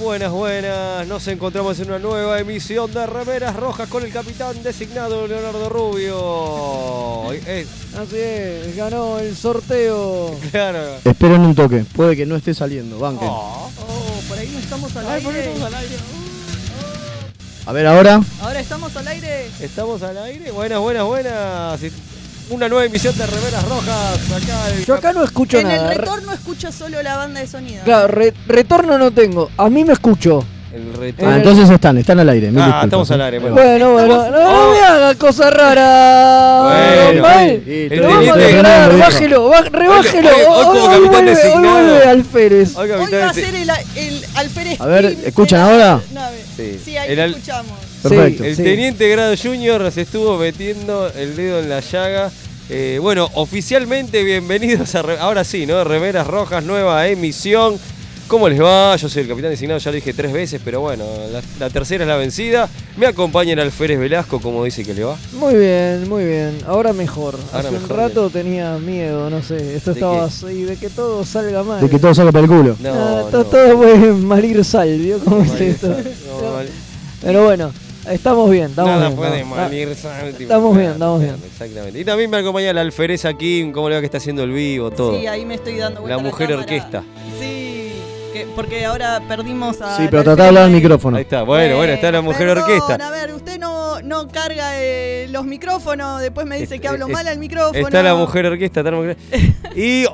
Buenas, buenas. Nos encontramos en una nueva emisión de Remeras Rojas con el capitán designado Leonardo Rubio. Eh, Así es, ganó el sorteo. claro. Esperen un toque, puede que no esté saliendo, banquen. Oh. Oh, por ahí no estamos al Ay, por ahí aire. estamos al aire. A ver ahora. Eh. Ahora estamos al aire. Estamos al aire. Buenas, buenas, buenas. Una nueva emisión de Remeras Rojas. Acá el Yo acá no escucho en nada. el Re- retorno escucha solo la banda de sonido. Claro, re- retorno no tengo. A mí me escucho. El reto. Ah, entonces están, están al aire. mil Ah, disculpas. estamos al aire, bueno. Bueno, bueno, no, no me haga cosas raras. Bueno, mal. sí, El Lo vamos a teniente lograr, Fernando dijo. bájelo, baj- rebájelo. Hoy- hoy- hoy Hoy, como hoy capitán vuelve, hoy designado. vuelve Alférez. Hoy, Hoy capitán, va a sí. ser el, el Alférez. A ver, Kim de ¿escuchan la ahora? nave. Sí. Sí, ahí El al- escuchamos. Perfecto. El Sí. teniente Grado Junior se estuvo metiendo el dedo en la llaga. Eh, bueno, oficialmente bienvenidos a Re- ahora sí, ¿no? Remeras Rojas, nueva emisión. ¿Cómo les va? Yo soy el capitán designado, ya lo dije tres veces, pero bueno, la, la tercera es la vencida. Me acompaña el Alférez Velasco, como dice que le va. Muy bien, muy bien. Ahora mejor. Ahora Hace mejor, un rato tenía miedo, no sé. Esto ¿De qué? estaba así, de que todo salga mal. De que todo salga para el culo. No, Ah, to- no. Todo puede malir sal, ¿vio cómo es Malir esto? sal, no, mal- Pero bueno, estamos bien, estamos Nada bien. puede estamos- malir sal, tipo, estamos claro, bien, estamos bien. Exactamente. Y también me acompaña la alfereza Kim, cómo le va que está haciendo el vivo, todo. Sí, ahí me estoy dando vuelta. la a mujer cámara. orquesta. Sí, que- porque ahora perdimos a. Sí, pero tratá de hablar al micrófono. Ahí está, bueno, bueno, está la mujer perdón, orquesta. A ver, usted no, no carga eh, los micrófonos, después me dice Est- que hablo est- mal al micrófono. Este, Está la mujer orquesta, está la mujer. Y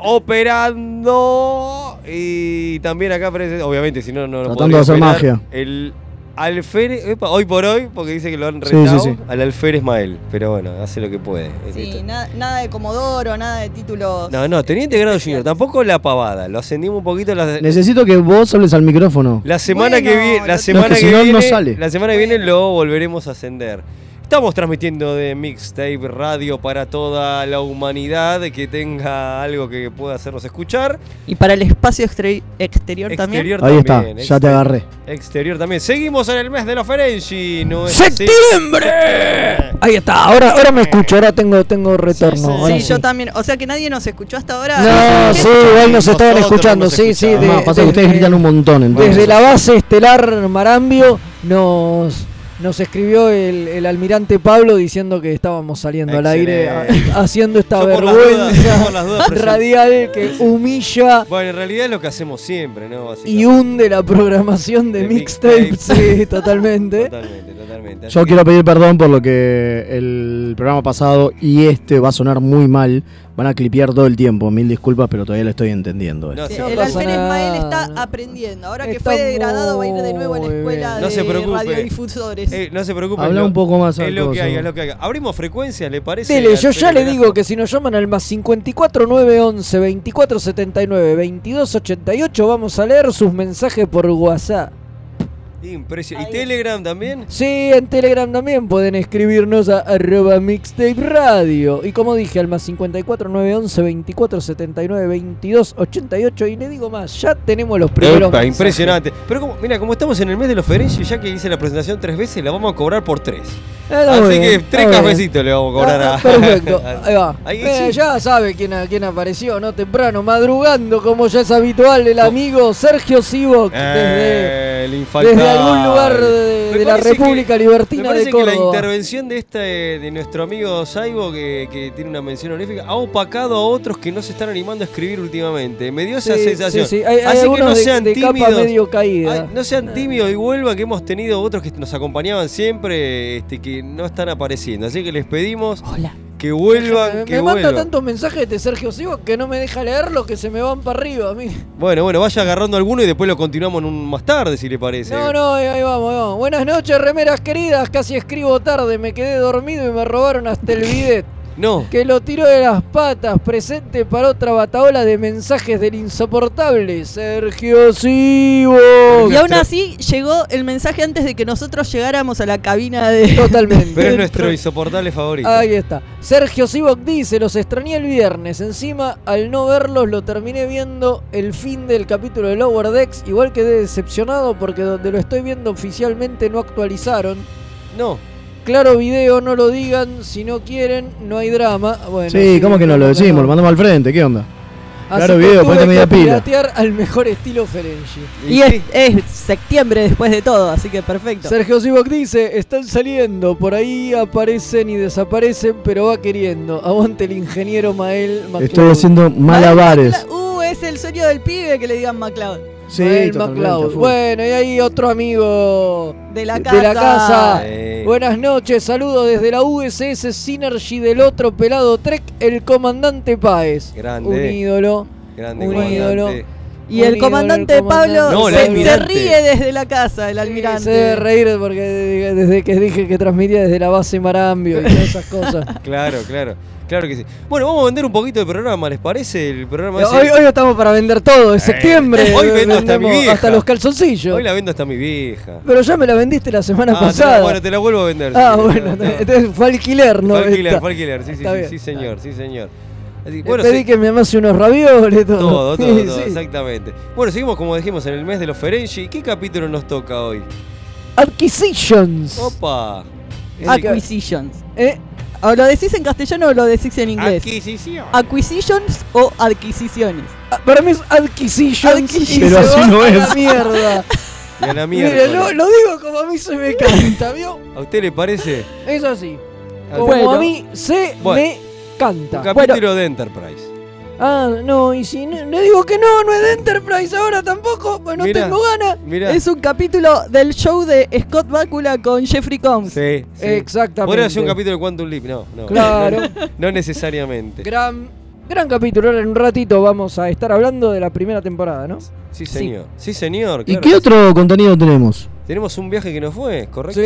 operando. Y también acá aparece, obviamente, si no, no lo Tratando podría de hacer operar, magia. El alférez, epa, hoy por hoy, porque dice que lo han Sí, retado sí, sí. al alférez Mael. Pero bueno, hace lo que puede. Sí, Este- nada, nada de Comodoro, nada de títulos. No, no, teniente grado junior, tampoco la pavada. Lo ascendimos un poquito. La, Necesito que vos hables al micrófono. la semana Bueno, que viene, la lo- semana No, es que que si no, viene, no sale. la semana que viene lo volveremos a ascender. Estamos transmitiendo de Mixtape Radio para toda la humanidad que tenga algo que pueda hacernos escuchar. Y para el espacio exteri- exterior, también. Exterior Ahí está, también. ya te exter- agarré. Exterior también. Seguimos en el mes de los Ferengi. ¿no es así? ¡Septiembre! Ahí está, ahora, ahora me escucho, ahora tengo, tengo retorno. sí, ahora Sí, yo también. O sea que nadie nos escuchó hasta ahora. No, sí, igual nos estaban Nosotros escuchando, nos sí, sí. escuchamos. de- Además, pasa que de- ustedes de- gritan un montón. entonces. Desde la base estelar Marambio nos, nos escribió el, el almirante Pablo diciendo que estábamos saliendo al aire Excelente. ha- haciendo esta Yo por las dudas- yo por las dudas vergüenza presento. radial que humilla Bueno, en realidad es lo que hacemos siempre, ¿no? y Básicamente. hunde la programación de De mixtape. mixtape. Sí, totalmente. Totalmente, totalmente. Así Yo que- quiero pedir perdón por lo que el programa pasado y este va a sonar muy mal. Van a clipear todo el tiempo. Mil disculpas, pero todavía lo estoy entendiendo. eh. No, se- no el pasa alférez Mael nada. está aprendiendo. Ahora que Está fue degradado, va a ir de nuevo a la muy escuela bien. No se de preocupe. radiodifusores. Eh, no se preocupen. Habla lo- un poco más Es al lo que coso. haga, es lo que haga. Abrimos frecuencias, ¿le parece? Dele, yo al ya le Fede digo Velasco? que si nos llaman al más 54 911 2479 2288 vamos a leer sus mensajes por WhatsApp. Impresio- Ahí. ¿Y Telegram también? Sí, en Telegram también pueden escribirnos a arroba mixtape radio. Y como dije, al más 54 911 24 79 22 88. Y le digo más, ya tenemos los primeros. Epa, mensajes. impresionante. Pero como, mira, como estamos en el mes de los Ferengi, ya que hice la presentación tres veces, la vamos a cobrar por tres. Ah, está muy Así que bien, tres está bien. cafecitos le vamos a cobrar Ah, a. ah, Perfecto, ahí va. Ahí Eh, sí. Ya sabe quién, a- quién apareció, ¿no? Temprano, madrugando, como ya es habitual, el amigo Sergio Sivok desde. Eh, el infaltable. Desde algún lugar de, Me de la parece que- República Me Libertina de parece que la Córdoba. intervención de esta eh, de nuestro amigo Saibo, que, que tiene una mención honorífica, ha opacado a otros que no se están animando a escribir últimamente. Me dio esa Sí, sensación. sí, sí. Hay, hay Así que algunos no de- sean de, capa tímidos. medio caída. Ah. Ay, no sean tímidos y vuelvan, que hemos tenido otros que nos acompañaban siempre, este, que no están apareciendo. Así que les pedimos Hola. que vuelvan, me que me manda vuelvan. tantos mensajes de Sergio Sivo que no me deja leerlos que se me van para arriba a mí. Bueno, bueno, vaya agarrando alguno y después lo continuamos en un más tarde, si le parece. No, no, ahí, ahí vamos, ahí vamos. Buenas noches, remeras queridas. Casi escribo tarde, me quedé dormido y me robaron hasta el bidet. No. Que lo tiró de las patas, presente para otra bataola de mensajes del insoportable Sergio Sivo. Y aún así llegó el mensaje antes de que nosotros llegáramos a la cabina de. Totalmente. Pero es nuestro insoportable favorito. Ahí está. Sergio Sivok dice, los extrañé el viernes. Encima, al no verlos, lo terminé viendo el fin del capítulo de Lower Decks. Igual quedé decepcionado porque donde lo estoy viendo oficialmente no actualizaron. No. Claro, video, no lo digan. Si no quieren, no hay drama. Bueno, Sí, ¿cómo que no lo digamos decimos? Lo no. mandamos al frente. ¿Qué onda? Claro, Así que Guido, tuve ponete que media pila. piratear al mejor estilo Ferengi. Y es, es septiembre después de todo, así que perfecto. Sergio Sivok dice, están saliendo, por ahí aparecen y desaparecen, pero va queriendo. Aguante el ingeniero Mael McLeod. Estoy haciendo malabares. Uh, es el sueño del pibe que le digan MacLeod. Mael totalmente, McLeod. a full. Bueno, y ahí otro amigo De la De casa. la casa. Sí. Buenas noches, saludos desde la USS Synergy del otro pelado Trek, el comandante Páez. Grande. Un ídolo. Grande un comandante. ídolo. Y el comandante El comandante. Pablo No, el se, se almirante. ríe desde la casa, el Se debe almirante. reír porque desde que dije que transmitía desde la base Marambio y todas esas cosas. Claro, claro. Claro que sí. Bueno, vamos a vender un poquito de programa, ¿les parece? El programa ese- Hoy, hoy estamos para vender todo, es Eh, septiembre. hoy vendo hasta vendemos mi vieja. hasta los calzoncillos. Hoy la vendo hasta mi vieja. Pero ya me la vendiste la semana Ah, te la, pasada. bueno, te la vuelvo a vender. si ah, querés. bueno, No, no. entonces fue alquiler, ¿no? Fue alquiler, Está- fue alquiler. Sí, sí, está sí, bien. sí, señor, sí, señor. Así que, Le bueno, pedí sí, que me amase unos ravioles, todo. todo, todo, Sí, todo, sí. exactamente. Bueno, seguimos como dijimos en el mes de los Ferengi. ¿Qué capítulo nos toca hoy? Acquisitions. Opa. Es el- Acquisitions. Eh, ¿O lo decís en castellano o lo decís en inglés? Adquisición. Acquisitions o adquisiciones. ah, para mí es Acquisitions. y Adquisitions. se Pero va así no a la es. mierda. Y a la Mira, lo, mierda. lo digo como a mí se me canta, ¿vio? ¿A usted le parece? Es así. Como Bueno. a mí se Bueno. me canta. Un capítulo de Enterprise. Ah, no, y si no- le digo que no, no es de Enterprise ahora tampoco, pues no Mirá. tengo ganas. Mira. Es un capítulo del show de Scott Bakula con Jeffrey Combs. Sí, sí. Exactamente. Podría ser un capítulo de Quantum Leap, no, no. Claro. No, no Este. necesariamente. Gran, gran capítulo. Ahora en un ratito vamos a estar hablando de la primera temporada, ¿no? Sí, señor. Sí, señor. ¿Y claro. qué otro contenido tenemos? Tenemos un viaje que no fue, ¿correcto?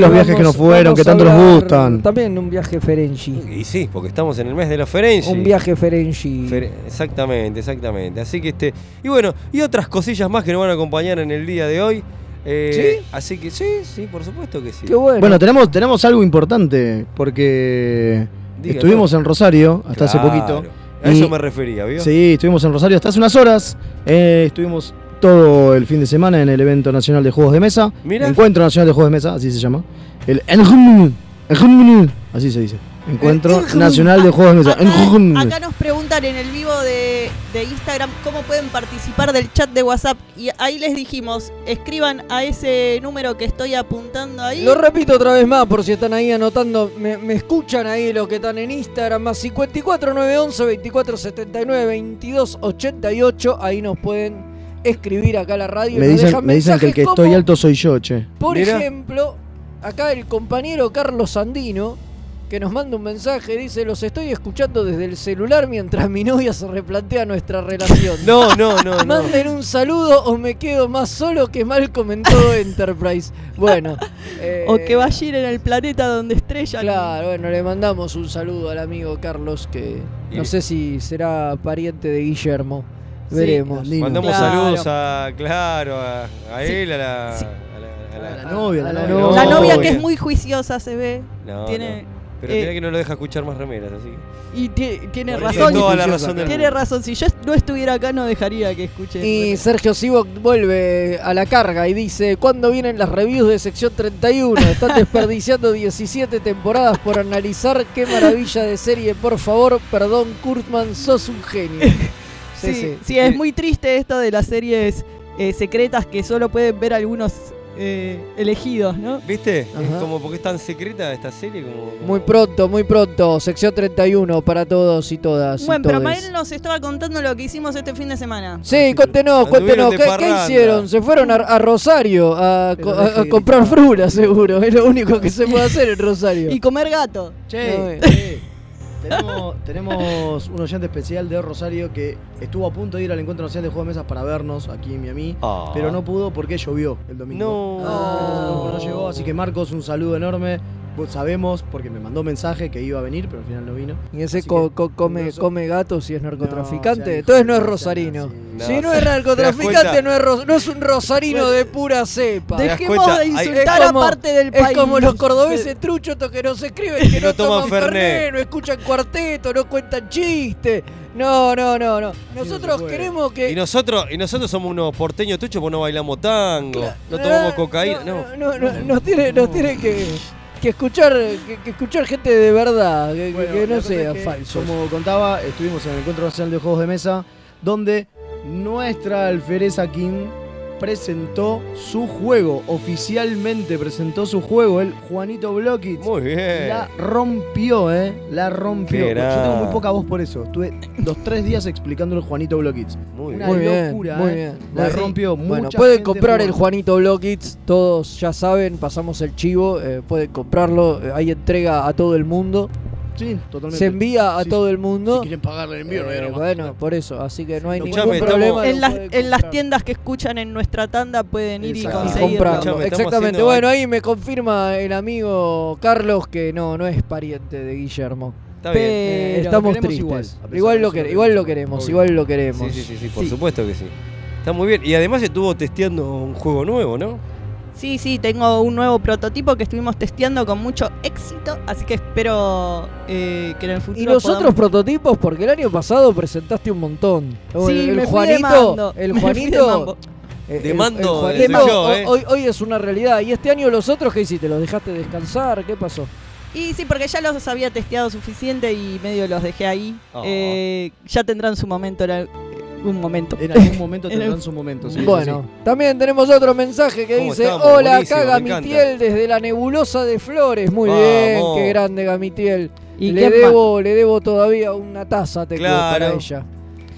los viajes que nos fueron, vamos que a tanto nos hablar gustan. También un viaje Ferengi. Y sí, porque estamos en el mes de los Ferengi. Un viaje Ferengi. Fer- exactamente, exactamente. Así que este. Y bueno, y otras cosillas más que nos van a acompañar en el día de hoy. Eh, ¿Sí? Así que sí, sí, por supuesto que sí. Qué bueno. Bueno, tenemos, tenemos algo importante porque Dígalo. estuvimos en Rosario hasta hace Claro, poquito. A eso Y- me refería, ¿vio? Sí, estuvimos en Rosario hasta hace unas horas. Eh, estuvimos todo el fin de semana en el evento nacional de juegos de mesa. Mirá. Encuentro nacional de juegos de mesa, así se llama. El Enjumnul, Enjumnul, así se dice. Encuentro Enjumnul. Ah, nacional de juegos de mesa. Acá, Enjumnul. acá nos preguntan en el vivo de, de Instagram cómo pueden participar del chat de WhatsApp. Y ahí les dijimos, escriban a ese número que estoy apuntando ahí. Lo repito otra vez más por si están ahí anotando. Me, me escuchan ahí los que están en Instagram. Más 54 911 24 79 22 88. Ahí nos pueden escribir acá a la radio. y Me nos dicen, dejan me dicen que el mensajes que como, estoy alto soy yo, che. Por Mira. ejemplo, acá el compañero Carlos Sandino. Que nos manda un mensaje, dice, los estoy escuchando desde el celular mientras mi novia se replantea nuestra relación. No, no, no, no. Manden un saludo o me quedo más solo que mal comentado Enterprise. Bueno. eh, O que va a ir en el planeta donde estrella. Claro, bueno, le mandamos un saludo al amigo Carlos, que no Y- sé si será pariente de Guillermo. Sí. Veremos. Mandamos Claro. saludos a, claro, a, a Sí, él, a la. sí. a la- a la- A la novia, a la la novia. La No, novia que bien. es muy juiciosa se ve. No, tiene no. Pero eh, mirá que no lo deja escuchar más remeras, así. que- y tie- tiene Tiene razón. toda la razón del Tiene mundo. razón. Si yo est- no estuviera acá no dejaría que escuche. Y Sergio Sivok vuelve a la carga y dice, ¿cuándo vienen las reviews de sección 31? Están desperdiciando 17 temporadas por analizar qué maravilla de serie, por favor, perdón Kurtman, sos un genio. Sí, sí, es muy triste esto de las series eh, secretas que solo pueden ver algunos eh, elegidos, ¿no? ¿Viste? Es Ajá. como porque es tan secreta esta serie. Como, como- Muy pronto, muy pronto, sección 31 para todos y todas. y Bueno, pero todes. Mael nos estaba contando lo que hicimos este fin de semana. Sí, contenos, Anduvieron cuéntenos, de ¿qué, qué parranda. hicieron? Se fueron a, a Rosario a, co- Pero a- a deje de comprar gritar. frulas, seguro. Es lo único que se puede hacer en Rosario. Y comer gato. Che, No, eh. che, tenemos, tenemos un oyente especial de Rosario que estuvo a punto de ir al encuentro nacional de juegos de mesas para vernos aquí en Miami, Ah. pero no pudo porque llovió el domingo. Ah, No. No, no llegó, así que Marcos, un saludo enorme. Vos sabemos, porque me mandó mensaje que iba a venir, pero al final no vino. Y ese Así co- que, co- come, grosso. come gatos y es No, narcotraficante. o sea, Entonces hijo, no es o sea, rosarino. sí. No, si no se- es narcotraficante, cuenta? no es, ros- no es un rosarino de pura cepa. ¿Te das Dejemos cuenta? de Ahí- insultar Es a como- parte del Es país. como los cordobeses truchos estos que no se escriben, que No no, toman toman fernet. Fernet, no escuchan cuarteto, no cuentan chistes. No, no, no, no. Nosotros puede. queremos que Y nosotros, y nosotros somos unos porteños tuchos porque no bailamos tango, no Ah, tomamos cocaína. No, No, no, no, nos tiene, nos tiene que, que escuchar, que, que escuchar gente de verdad, que, que- Bueno, que la no cosa es sea que, falso. Como contaba, estuvimos en el Encuentro Nacional de Juegos de Mesa, donde nuestra alfereza King presentó su juego, oficialmente presentó su juego, el Juanito Blockit. Muy bien. La rompió, ¿eh? La rompió. Eh. Qué Yo tengo grande. muy poca voz por eso. Estuve los tres días explicando el Juanito Blockits. Muy Una bien. locura, muy ¿eh? bien. La Bueno, rompió Bueno, mucha pueden gente comprar el jugó. Juanito Blockits, todos ya saben, pasamos el chivo, eh, pueden comprarlo, eh, hay entrega a todo el mundo, Sí, totalmente. se envía a Sí, todo el mundo. pagarle el Eh, bueno, por eso, así que no hay ningún Escuchame, estamos- problema. En lo las, pueden en las comprar. tiendas que escuchan en nuestra tanda pueden ir y Exacto. y conseguirlo. comprarlo. Escuchame, estamos Exactamente. haciendo- Bueno, ahí me confirma el amigo Carlos que no, no es pariente de Guillermo. Está bien. Eh, lo estamos queremos tristes. igual, a Igual, pesar de lo ser quer- de igual lo Guillermo, queremos, obvio. igual lo queremos. Sí, sí, sí, sí, por supuesto que sí. Está muy bien. Y además estuvo testeando un juego nuevo, ¿no? Sí, sí, tengo un nuevo prototipo que estuvimos testeando con mucho éxito, así que espero eh, que en el futuro. Y los otros podamos- prototipos, porque el año pasado presentaste un montón. Sí, Oh, el, me fui de Juanito, mando, el me fui de Juanito, mambo. eh, el- De el mando, Juanito eh, soy yo, hoy- eh. hoy, hoy es una realidad. Y este año los otros, ¿qué hiciste? ¿Los dejaste descansar? ¿Qué pasó? Y sí, porque ya los había testeado suficiente y medio los dejé ahí. Oh. Eh, ya tendrán su momento, era eh, un momento. En algún momento En tendrán el- su momento. sí, bueno, también tenemos otro mensaje que ¿Cómo dice: estamos? Hola, Buenísimo, acá me Gamitiel desde la nebulosa de flores. Muy Vamos. bien, qué grande Gamitiel. ¿Y le quién más? debo, le debo todavía una taza te quedó para Claro. ella.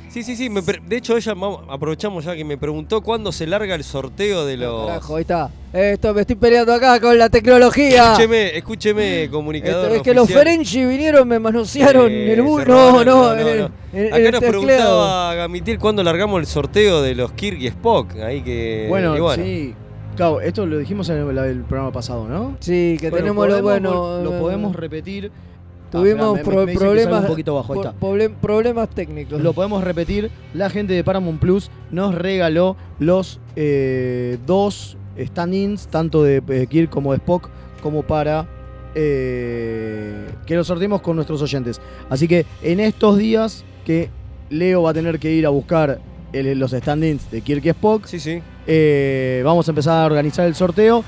Sí, sí, sí. me pre- de hecho, ella vamos, aprovechamos ya que me preguntó cuándo se larga el sorteo de los. Carajo, ahí está. Esto me estoy peleando acá con la tecnología. Escúcheme, escúcheme, comunicador. Esto Este, es que los oficial. Ferenchi vinieron, me manosearon Eh, el bu- se No, no, robaron, no, no, el- no. el- Acá el nos teclado. preguntaba Gamitiel cuándo largamos el sorteo de los Kirk y Spock. Ahí que. Bueno, Eh, y sí. Claro, esto lo dijimos en el, el programa pasado, ¿no? Sí, que Bueno, tenemos lo podemos bueno. vol- Lo eh, podemos repetir. Tuvimos Ah, espera, me- pro- me dicen que salga problemas. Un poquito bajo, ahí po- está. problem- problemas técnicos. Lo podemos repetir. La gente de Paramount Plus nos regaló los eh, dos stand-ins, tanto de eh, Kirk como de Spock, como para eh, que los sorteemos con nuestros oyentes. Así que en estos días que Leo va a tener que ir a buscar el- los stand-ins de Kirk y Spock, Sí, sí. eh, vamos a empezar a organizar el sorteo.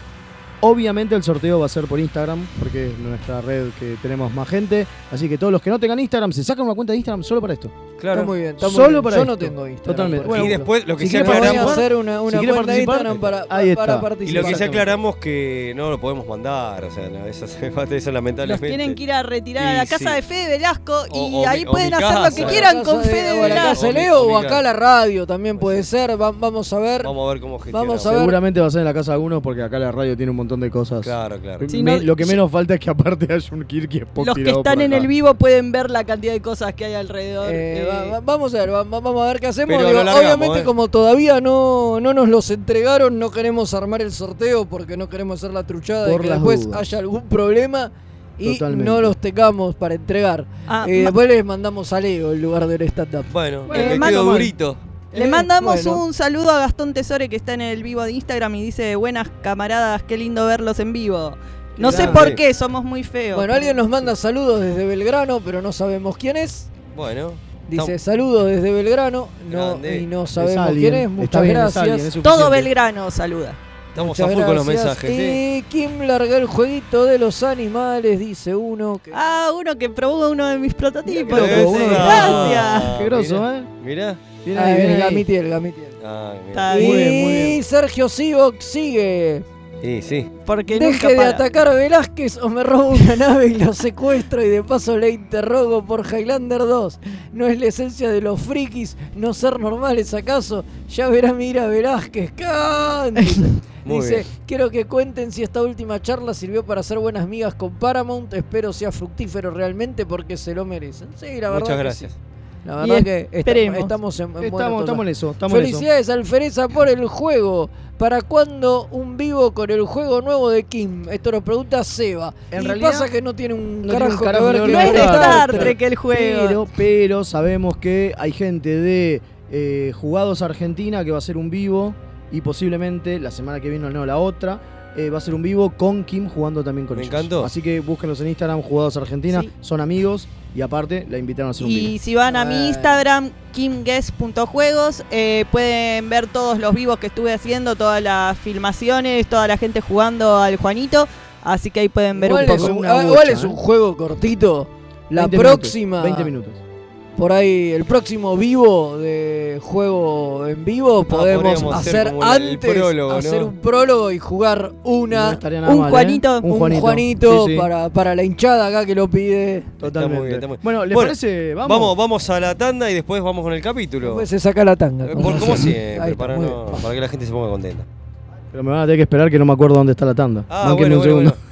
Obviamente el sorteo va a ser por Instagram, porque es nuestra red que tenemos más gente. Así que todos los que no tengan Instagram, se sacan una cuenta de Instagram solo para esto. Claro. Está muy bien. está muy Solo bien. para Yo esto. no tengo Instagram. Totalmente. por Bueno, y ejemplo. después lo que si se quiere quiere aclaramos. podemos hacer una, una quiere cuenta de participar, Instagram para, ahí para está. Y participar. lo que se Exactamente. aclaramos que no lo podemos mandar, o sea, no, eso, se- eso Los lamentablemente. tienen que ir a retirar a Y la casa sí. de Fede Velasco O- y o ahí mi- o pueden mi hacer casa. lo que O quieran La con casa de- Fede o la Velasco. casa de O mi- Leo o mi o acá casa. la radio también puede Puede ser. Va- vamos a ver. Vamos a ver cómo gestionamos. Vamos a ver. Seguramente va a ser en la casa de algunos porque acá la radio tiene un montón de cosas. Claro, claro. Me- Sí, no- lo que menos falta es que aparte haya un Kirk y Spock Los que tirado están por en acá. el vivo pueden ver la cantidad de cosas que hay alrededor. Eh, eh, va- va- vamos a ver, va- va- vamos a ver qué hacemos. Pero Digo, lo largamos, obviamente, eh. como todavía no, no nos los entregaron, no queremos armar el sorteo porque no queremos hacer la truchada de Por que las después dudas. haya algún problema y Totalmente. no los tengamos para entregar. Ah, Eh, ma- después les mandamos a Leo en lugar del stand-up. Bueno, Bueno, el mano, vestido mano. durito. Le Eh, mandamos bueno. un saludo a Gastón Tesore que está en el vivo de Instagram y dice, buenas camaradas, qué lindo verlos en vivo. No sé grande. por qué, somos muy feos. Bueno, pero- alguien nos manda saludos desde Belgrano, pero no sabemos quién es. Bueno, Dice Estamos- saludos desde Belgrano no, Grande. y no Es sabemos alguien, quién es. está Muchas bien, es gracias. alguien, es suficiente. Todo Belgrano saluda. estamos a Muchas full con los gracias. mensajes. ¿eh? Y Kim larga el jueguito de los animales, dice uno. Que... Ah, uno que probó uno de mis prototipos. Mirá que lo probó uno de- Gracias. Ah, Qué groso, mirá. ¿eh? Mirá. Viene Ah, ahí, viene el ahí. Gamitiel, el Gamitiel. Ay, mirá. Está y bien. Muy bien, muy bien. Sergio Sivok sigue. Sí, sí. Porque nunca Deje de para. atacar a Velázquez o me robo una nave y lo secuestro y de paso le interrogo por Highlander 2. ¿No es la esencia de los frikis no ser normales acaso? Ya verá mira Velázquez. ¡Can! Muy Dice, bien. quiero que cuenten si esta última charla sirvió para hacer buenas migas con Paramount. Espero sea fructífero realmente porque se lo merecen. Sí, la verdad Muchas que gracias. sí. La verdad Y que esta- esperemos. estamos en, en buena Estamos, tonada. estamos en eso, estamos en eso. Felicidades Alfereza por el juego. ¿Para cuándo un vivo con el juego nuevo de Kim? Esto lo pregunta Seba. En y realidad, pasa que no tiene un no tiene carajo un carajo que ver que que No es de Claro, Star claro. Trek el juego. Pero, pero sabemos que hay gente de eh, Jugados Argentina que va a ser un vivo y posiblemente la semana que viene o no, la otra, eh, va a ser un vivo con Kim jugando también con Me ellos. encantó. Así que búsquenlos en Instagram, Jugados Argentina, Sí. son amigos y aparte la invitaron a hacer un vivo. Y si van a mi Ay. Instagram, kimguess.juegos, eh, pueden ver todos los vivos que estuve haciendo, todas las filmaciones, toda la gente jugando al Juanito. Así que ahí pueden ver Igual, un es poco. un, Una ah, bocha, igual es ¿eh? un juego cortito. La 20 minutos, próxima. 20 minutos. Por ahí, el próximo vivo de juego en vivo, podemos podríamos hacer hacer como el antes, prólogo, ¿no? hacer un prólogo y jugar No una, estaría nada un mal, ¿eh? Juanito, un Juanito, Sí, sí, Para, para la hinchada acá que lo pide. Totalmente. Está muy bien, está muy bien. Bueno, ¿les Bueno, parece? Vamos. Vamos, vamos a la tanda y después vamos con el capítulo. Después se saca la tanga. Eh, con Por, como razón. Ahí siempre, está, para, muy no- bien. para que la gente se ponga contenta. Pero me van a tener que esperar que no me acuerdo dónde está la tanda. Ah, bueno, Mánquenme un bueno, segundo. bueno.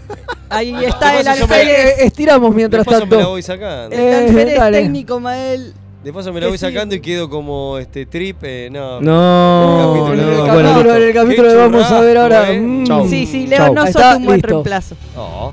Ahí De está el paso yo me- alférez, Eh, Estiramos De mientras paso me la tanto. voy sacando. Eh, el alférez dale. técnico Mael. De paso me la que voy sí. sacando y quedo como este trip. eh, no. El en No, el no, capítulo, bueno, capítulo, en el listo. capítulo Qué lo vamos a churrasco, ver ahora. eh. Mm. Chau. Sí, sí, Leo, Chau. no Ahí sos está, un buen listo. reemplazo. Oh.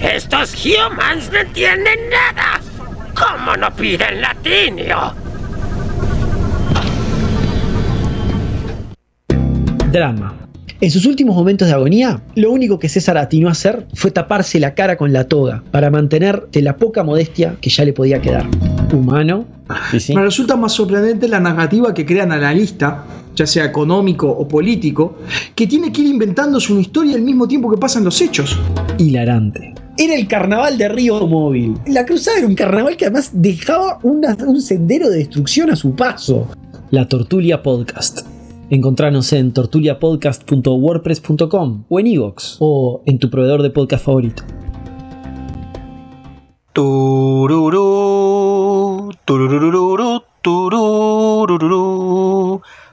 Estos humans no entienden nada. ¿Cómo no piden latinio? Drama. En sus últimos momentos de agonía, lo único que César atinó a hacer fue taparse la cara con la toga para mantener de la poca modestia que ya le podía quedar. Humano. Me resulta más sorprendente la narrativa que crean analista, ya sea económico o político, que tiene que ir inventándose una historia al mismo tiempo que pasan los hechos. Hilarante. Era el carnaval de Río Móvil. La cruzada era un carnaval que además dejaba un sendero de destrucción a su paso. La Tortulia Podcast. Encontranos en tortuliapodcast.wordpress.com o en iVoox o en tu proveedor de podcast favorito. Tururú, tururururú, tururururú.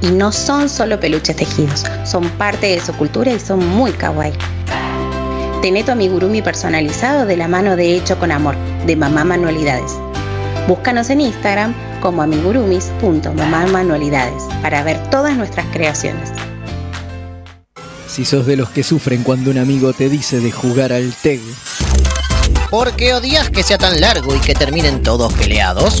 y no son solo peluches tejidos, son parte de su cultura y son muy kawaii. Tené tu amigurumi personalizado de la mano de Hecho con Amor, de Mamá Manualidades. Búscanos en Instagram como amigurumis.mamamanualidades para ver todas nuestras creaciones. Si sos de los que sufren cuando un amigo te dice de jugar al TEG, Porque odias que sea tan largo y que terminen todos peleados?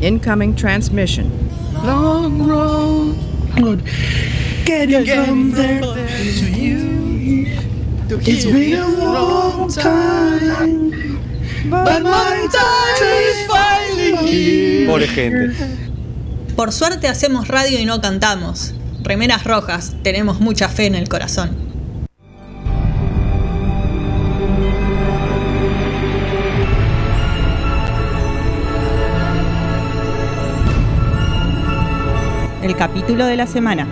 Incoming transmission. Long road. Good. Getting from there to you. It's been a long time. But my time is finally here. Pobre gente. Por suerte hacemos radio y no cantamos. Remeras rojas, tenemos mucha fe en el corazón. El capítulo de la semana.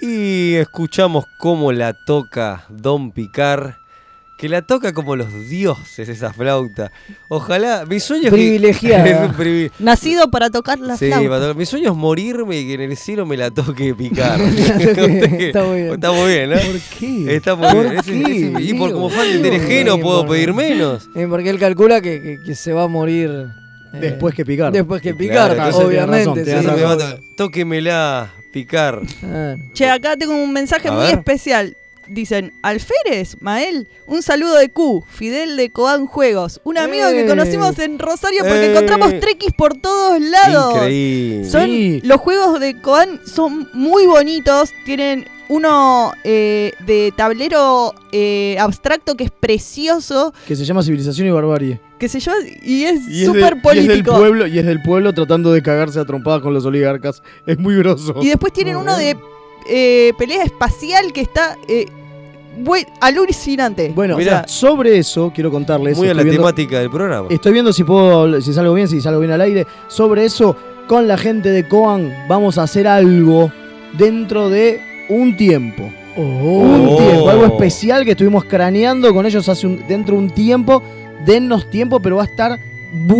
Y escuchamos cómo la toca Don Picar. Que la toca como los dioses esa flauta. Ojalá, mi sueño es que- Privilegiada. es un privi- Nacido para tocar la Sí, flauta. para tocar- mi sueño es morirme y que en el cielo me la toque picar. Está muy bien. Está muy bien, ¿no? ¿Por qué? Está muy ¿Por bien. Es- qué, es- y por Diego? como fan de Terejé no Sí, puedo por- pedir menos. Eh, porque él calcula que, que- que se va a morir. eh, Después que picar. Después que picar, Claro, entonces- obviamente. Tenés sí. Ah. razón, tenés razón. Tóquemela, picar. Che, acá tengo un mensaje A muy ver. especial. Dicen, Alférez, Mael, un saludo de Q, Fidel de Cobán Juegos, un amigo Eh. que conocimos en Rosario porque Eh. encontramos trequis por todos lados. Increíble. Son, Sí. Los juegos de Cobán son muy bonitos, tienen uno eh, de tablero eh, abstracto que es precioso, Que se llama Civilización y Barbarie. que se llama y es Y es de- súper político. Y es, del pueblo, y es del pueblo tratando de cagarse a trompadas con los oligarcas. Es muy groso. Y después tienen uno de eh, pelea espacial que está eh, buen- alucinante. Bueno, O sea, sobre eso quiero contarles. Muy a estoy la viendo- temática del programa. Estoy viendo si puedo, si salgo bien, si salgo bien al aire. Sobre eso, con la gente de Coan vamos a hacer algo dentro de un tiempo. Un tiempo, algo especial que estuvimos craneando con ellos hace un- dentro de un tiempo. Dennos tiempo, pero va a estar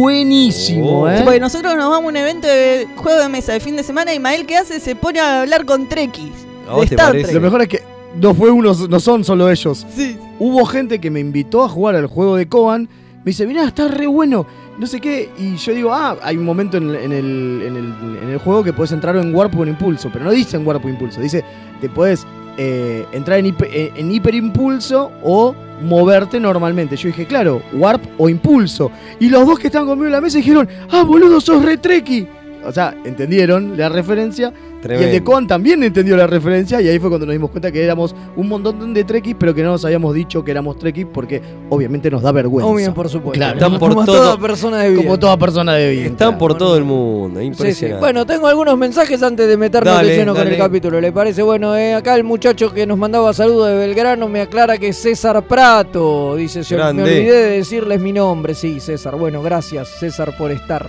buenísimo, ¿eh? Sí, Porque nosotros nos vamos a un evento de juego de mesa de fin de semana y Mael, ¿qué hace? Se pone a hablar con Trekkies. de Star Trek. Lo mejor es que no fue uno, no son solo ellos. Sí. Hubo gente que me invitó a jugar al juego de Coban. Me dice, mirá, está re bueno. No sé qué. Y yo digo, ah, hay un momento en, en el, en el- en el juego que puedes entrar en Warp o en Impulso. Pero no dice en Warp o Impulso. Dice, te puedes eh, entrar en, hiper- eh, en Hiperimpulso o moverte normalmente. Yo dije, claro, Warp o Impulso. Y los dos que estaban conmigo en la mesa dijeron, ah, boludo, sos re treki. O sea, entendieron la referencia. Y el de Tremendo. Coan también entendió la referencia y ahí fue cuando nos dimos cuenta que éramos un montón de trekkies, pero que no nos habíamos dicho que éramos trekkies porque obviamente nos da vergüenza. Obvio, por supuesto. Claro. Están por Como todo- toda persona de bien. Como toda persona de bien. Están por todo el mundo. Sí, sí. Impresionante. Bueno, tengo algunos mensajes antes de meternos Dale, de lleno con dale. el capítulo. ¿Le parece? Bueno, eh, acá el muchacho que nos mandaba saludos de Belgrano me aclara que es César Prato. Dice, "Se- me Grande. olvidé de decirles mi nombre. Sí, César. Bueno, gracias, César, por estar.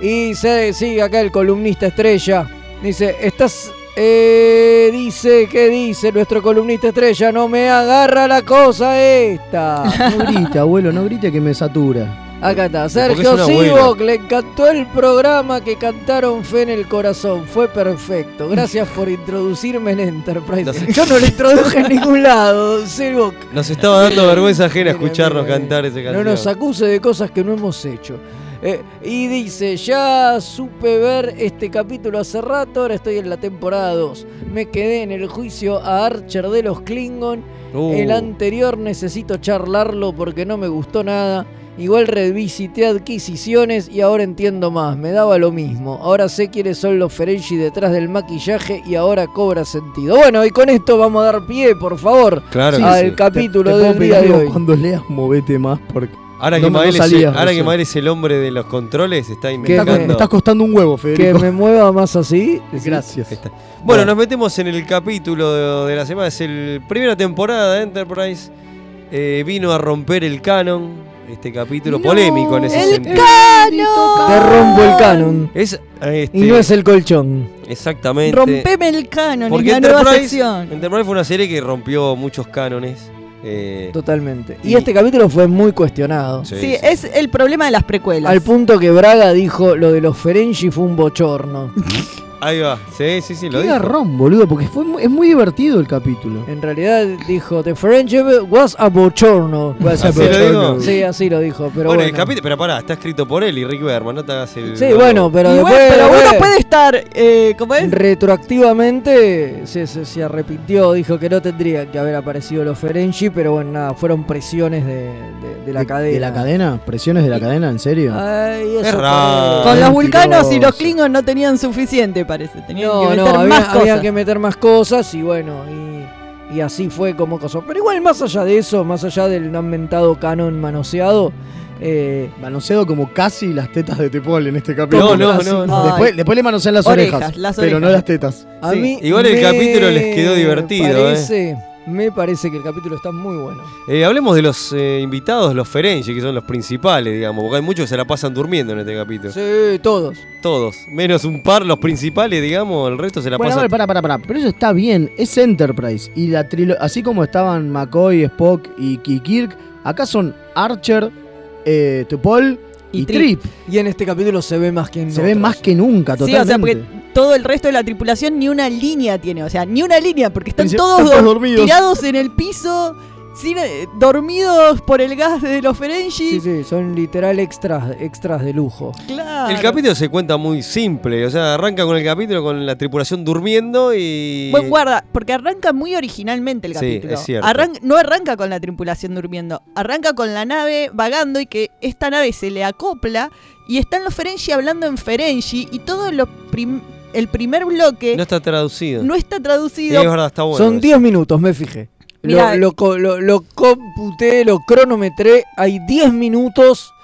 Y se, sigue acá el columnista estrella. Dice, estás... eh, dice, ¿qué dice nuestro columnista estrella? No me agarra la cosa esta. No grite, abuelo, no grite que me satura. Acá está, Porque es Sergio una abuela. Sivok, le encantó el programa que cantaron Fe en el Corazón, fue perfecto. Gracias por introducirme en Enterprise. Yo no lo introduje en ningún lado, Sivok. Nos estaba dando vergüenza ajena escucharnos cantar ese No canción. nos acuse de cosas que no hemos hecho. Eh, y dice, ya supe ver este capítulo hace rato, ahora estoy en la temporada 2. Me quedé en el juicio a Archer de los Klingon. Uh. El anterior necesito charlarlo porque no me gustó nada. Igual revisité adquisiciones y ahora entiendo más, me daba lo mismo. Ahora sé quiénes son los Ferengi detrás del maquillaje y ahora cobra sentido. Bueno, y con esto vamos a dar pie, por favor, Claro Ah, que al sí. ah, capítulo Te puedo del pedir día de algo, hoy. Cuando leas, movete más porque. Ahora no que, me- no Mael, es, salías, ahora que recién. Mael es el hombre de los controles, está Me está, inventando. co- me está costando un huevo, Que Federico. me mueva más así. Gracias. Bueno, nos metemos en el capítulo de, de la semana. Es la primera temporada de Enterprise. Eh, vino a romper el canon. Este capítulo polémico en ese ¡El sentido. canon! Te rompo el canon. Es, este, Y no es el colchón. Exactamente. Rompeme el canon en este. Porque la nueva Enterprise, sección. Enterprise fue una serie que rompió muchos cánones. eh, Totalmente. Y, este capítulo fue muy cuestionado. Sí, Sí, es el problema de las precuelas. Al punto que Braga dijo lo de los Ferengi fue un bochorno. Ahí va. Sí, sí, sí, lo Qué dijo. garrón, boludo, porque fue mu- es muy divertido el capítulo. En realidad dijo, The Friendship was a bochorno. Was a ¿Así lo bochorno". dijo? Sí, así lo dijo, pero bueno, bueno. el capítulo, pero pará, está escrito por él y Rick Berman, no te hagas el. Sí, bueno, pero Y bueno, después... pero uno después- puede estar, eh, ¿cómo es? Retroactivamente se, se- se arrepintió, dijo que no tendría que haber aparecido los Ferengi, pero bueno, nada, fueron presiones de, de- de la cadena. Ah, ¿De la cadena? ¿Presiones de la cadena? ¿En serio? Ay, eso Con los vulcanos y los klingons no tenían suficiente, parece. Tenían No, que no, meter había, más cosas. había que meter más cosas y bueno, y, y así fue como cosa. Pero igual, más allá de eso, más allá del han mentado canon manoseado, eh, Manoseado como casi las tetas de Tepol en este capítulo. No, no, Casi. no, no. Después, después le manosean las orejas, Orejas, las pero orejas. no las tetas. a mí Igual el me capítulo les quedó divertido, parece- Me parece que el capítulo está muy bueno. Eh, hablemos de los eh, invitados, los Ferengi, que son los principales, digamos, porque hay muchos que se la pasan durmiendo en este capítulo. Sí, todos. Todos, menos un par, los principales, digamos, el resto se la Bueno, a pasan. ver, pará, pará, pará. Pero eso está bien, es Enterprise. Y la trilo así como estaban McCoy, Spock y Ki- Kirk, acá son Archer, eh, Tupol y, Trip. Y en este capítulo se ve más que en Se ven más que nunca, Sí, o sea, totalmente. porque Todo el resto de la tripulación ni una línea tiene, o sea, ni una línea, porque están Dice, todos, están do- dormidos. tirados en el piso, sin- eh, dormidos por el gas de los Ferengi. Sí, sí, son literal extras, extras de lujo. Claro. El capítulo se cuenta muy simple, o sea, arranca con el capítulo con la tripulación durmiendo y. Buen guarda, porque arranca muy originalmente el Sí, capítulo. es cierto. Arran- no arranca con la tripulación durmiendo, arranca con la nave vagando y que esta nave se le acopla y están los Ferengi hablando en Ferengi y todo lo prim- el primer bloque No no, está traducido. está traducido. Es verdad, está bueno. Son 10 minutos, me fijé. Mirá. Lo, lo, co- lo- lo computé, lo cronometré. Hay 10 minutos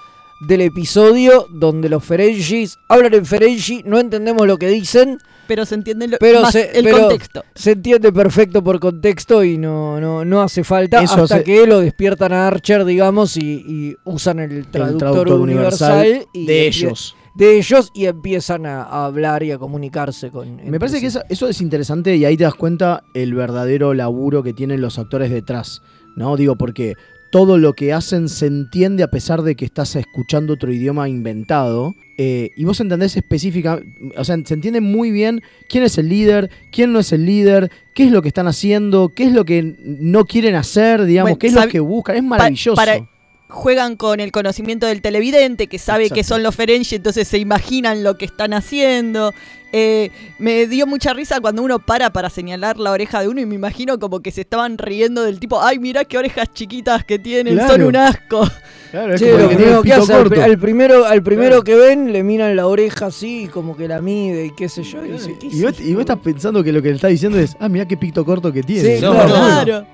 del episodio donde los Ferengis hablan en Ferengi, no entendemos lo que dicen, Pero se entiende lo- pero, más se, el pero contexto. se entiende perfecto por contexto y no, no, no hace falta Eso hasta hace- que lo despiertan a Archer, digamos, y, y usan el traductor, traductor universal, universal y de empie- ellos. De ellos y empiezan a, a hablar y a comunicarse con... Me entre parece sí. que eso, eso es interesante y ahí te das cuenta el verdadero laburo que tienen los actores detrás, ¿no? Digo, porque todo lo que hacen se entiende a pesar de que estás escuchando otro idioma inventado. eh, y vos entendés específica, o sea, se entiende muy bien quién es el líder, quién no es el líder, qué es lo que están haciendo, qué es lo que no quieren hacer, digamos, Bueno, qué es lo sabi- que buscan. Es Pa- maravilloso. para- juegan con el conocimiento del televidente, que sabe Exacto. que son los Ferengi, entonces se imaginan lo que están haciendo. Eh, me dio mucha risa cuando uno para para señalar la oreja de uno y me imagino como que se estaban riendo del tipo, ay, mirá qué orejas chiquitas que tienen, son Claro. un asco. Claro, es Sí, como lo el que tiene primero el que pito hace, al, corto. al primero, al primero que ven le miran la oreja así, como que la mide y qué sé yo. Y dice, ¿qué Y vos, y vos estás pensando que lo que le estás diciendo es, ah, mirá qué picto corto que tiene. Sí, No, claro. claro.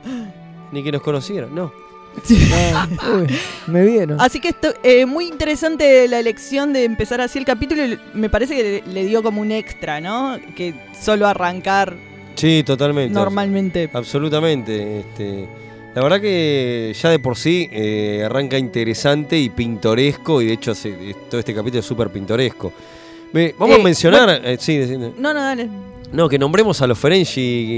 Ni que nos conocieran, no. me vieron. Así que esto, eh, muy interesante la elección de empezar así el capítulo y me parece que le, le dio como un extra, ¿no? Que solo arrancar Sí, totalmente. normalmente. Ah. Absolutamente. Este, la verdad que ya de por sí eh, arranca interesante y pintoresco, y de hecho hace- eh, todo este capítulo es súper pintoresco. Ve, vamos Eh, a mencionar, eh, sí, decime. No, no, dale. no, que nombremos a los Ferengi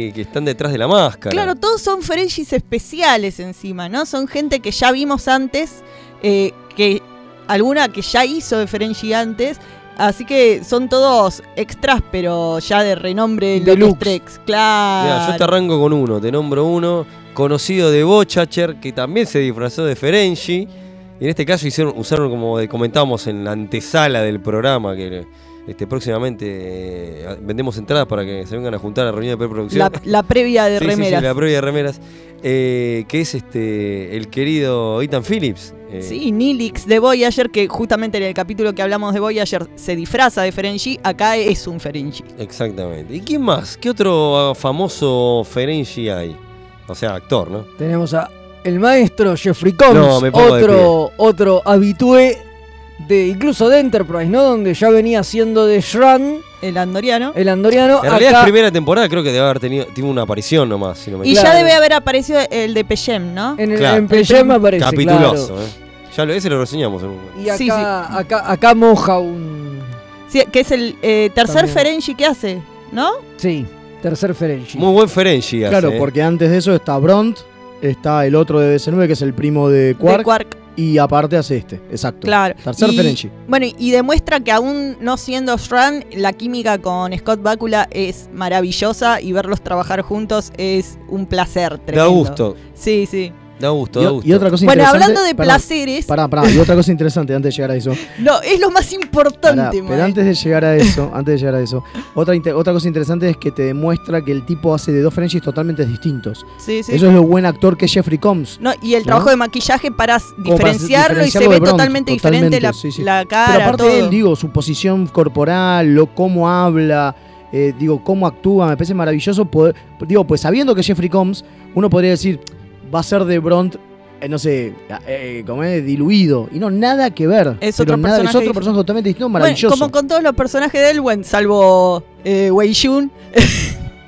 que, que están detrás de la máscara. Claro, todos son Ferengis especiales encima, ¿no? Son gente que ya vimos antes, eh, que alguna que ya hizo de Ferengi antes, así que son todos extras, pero ya de renombre Deluxe. Lotus Trex, claro. Mirá, yo te arranco con uno, te nombro uno, conocido de Bochacher, que también se disfrazó de Ferengi. Y en este caso hicieron, usaron, como de- comentábamos en la antesala del programa, que este, próximamente eh, vendemos entradas para que se vengan a juntar a la reunión de preproducción. la, la previa de Sí, sí, sí, remeras. Sí, la previa de remeras. eh, que es este el querido Ethan Phillips. eh, Nilix de Voyager, que justamente en el capítulo que hablamos de Voyager se disfraza de Ferengi, acá es un Ferengi. Exactamente. ¿Y quién más? ¿Qué otro ah, famoso Ferengi hay? O sea, actor, ¿no? Tenemos a el maestro Jeffrey Combs, No, me pongo de otro, otro habitué de incluso de Enterprise, ¿no? Donde ya venía siendo de Shran, El andoriano. Eh, el andoriano. En realidad acá- es primera temporada, creo que debe haber tenido tuvo una aparición nomás, si no me Y equivoco. ya debe haber aparecido el de Peyem, ¿no? En, el- Claro. en Peyem aparece, Capituloso, claro. ¿eh? Ya lo, ese lo reseñamos en un- Y acá, Sí, sí. acá, acá moja un... Sí, que es el eh, tercer También. Ferengi que hace, ¿no? Sí, tercer Ferengi. Muy buen Ferengi hace, Claro, ¿eh? porque antes de eso está Bront, está el otro de DC9, que es el primo de Quark. Quark, De Quark. y aparte hace este, exacto. Claro. Tercer Y- Ferengi. Bueno, y demuestra que aún no siendo Shran, la química con Scott Bakula es maravillosa y verlos trabajar juntos es un placer. Tremendo. gusto. Sí, sí. Da gusto, Y, da o- gusto. y otra cosa Bueno, interesante. hablando de pará, placeres- Pará, pará, y otra cosa interesante antes de llegar a eso. No, es lo más Pará, importante, pero man. antes de llegar a eso, antes de llegar a eso, otra, inte- otra cosa interesante es que te demuestra que el tipo hace de dos Ferengis totalmente distintos. Sí, sí. Eso es lo buen actor que es Jeffrey Combs. No, y el ¿no? trabajo de maquillaje para Como para diferenciarlo y se diferenciarlo ve de Bronx, totalmente diferente la, sí, sí. la Pero cara, aparte de todo. él, digo, su posición corporal, lo cómo habla, eh, digo, cómo actúa, me parece maravilloso poder- digo, pues sabiendo que Jeffrey Combs, uno podría decir, va a ser de Bront, eh, no sé, eh, como es, diluido, y no, nada que ver. Es Pero otro nada, personaje es otro dif- personaje totalmente distinto, Bueno, maravilloso. como con todos los personajes de Elwen, salvo eh, Wei Yun,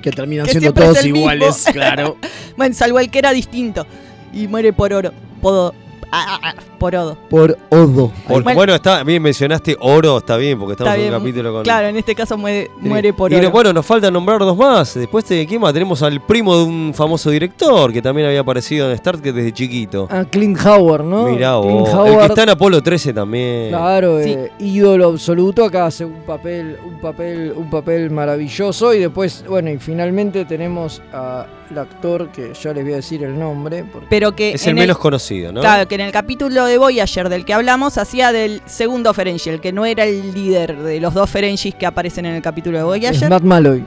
que terminan que siendo siempre es todos el mismo. iguales, claro. bueno, salvo el que era distinto y muere por oro, podo, ah, ah, ah, por odo. Por Odo. Por- Bueno. bueno, está bien, mencionaste oro, está bien, porque estamos Está en un bien. capítulo con. Claro, en este caso muere, Sí. muere por y oro. no- bueno, nos falta nombrar dos más. Después de quién más tenemos al primo de un famoso director que también había aparecido en Star Trek desde chiquito. A Clint Howard, Ah, Ah, ¿no? Mirá Clint vos. El que Howard, está en Apolo 13 también. claro, eh, ídolo absoluto. Acá hace un papel, un papel, un papel maravilloso. Y después, bueno, y finalmente tenemos al actor que ya les voy a decir el nombre. porque- Pero que Es el en menos conocido, ¿no? Claro, que en el capítulo de Voyager del que hablamos hacía del segundo Ferengi, el que no era el líder de los dos Ferengis que aparecen en el capítulo de es Voyager. Matt Malloy.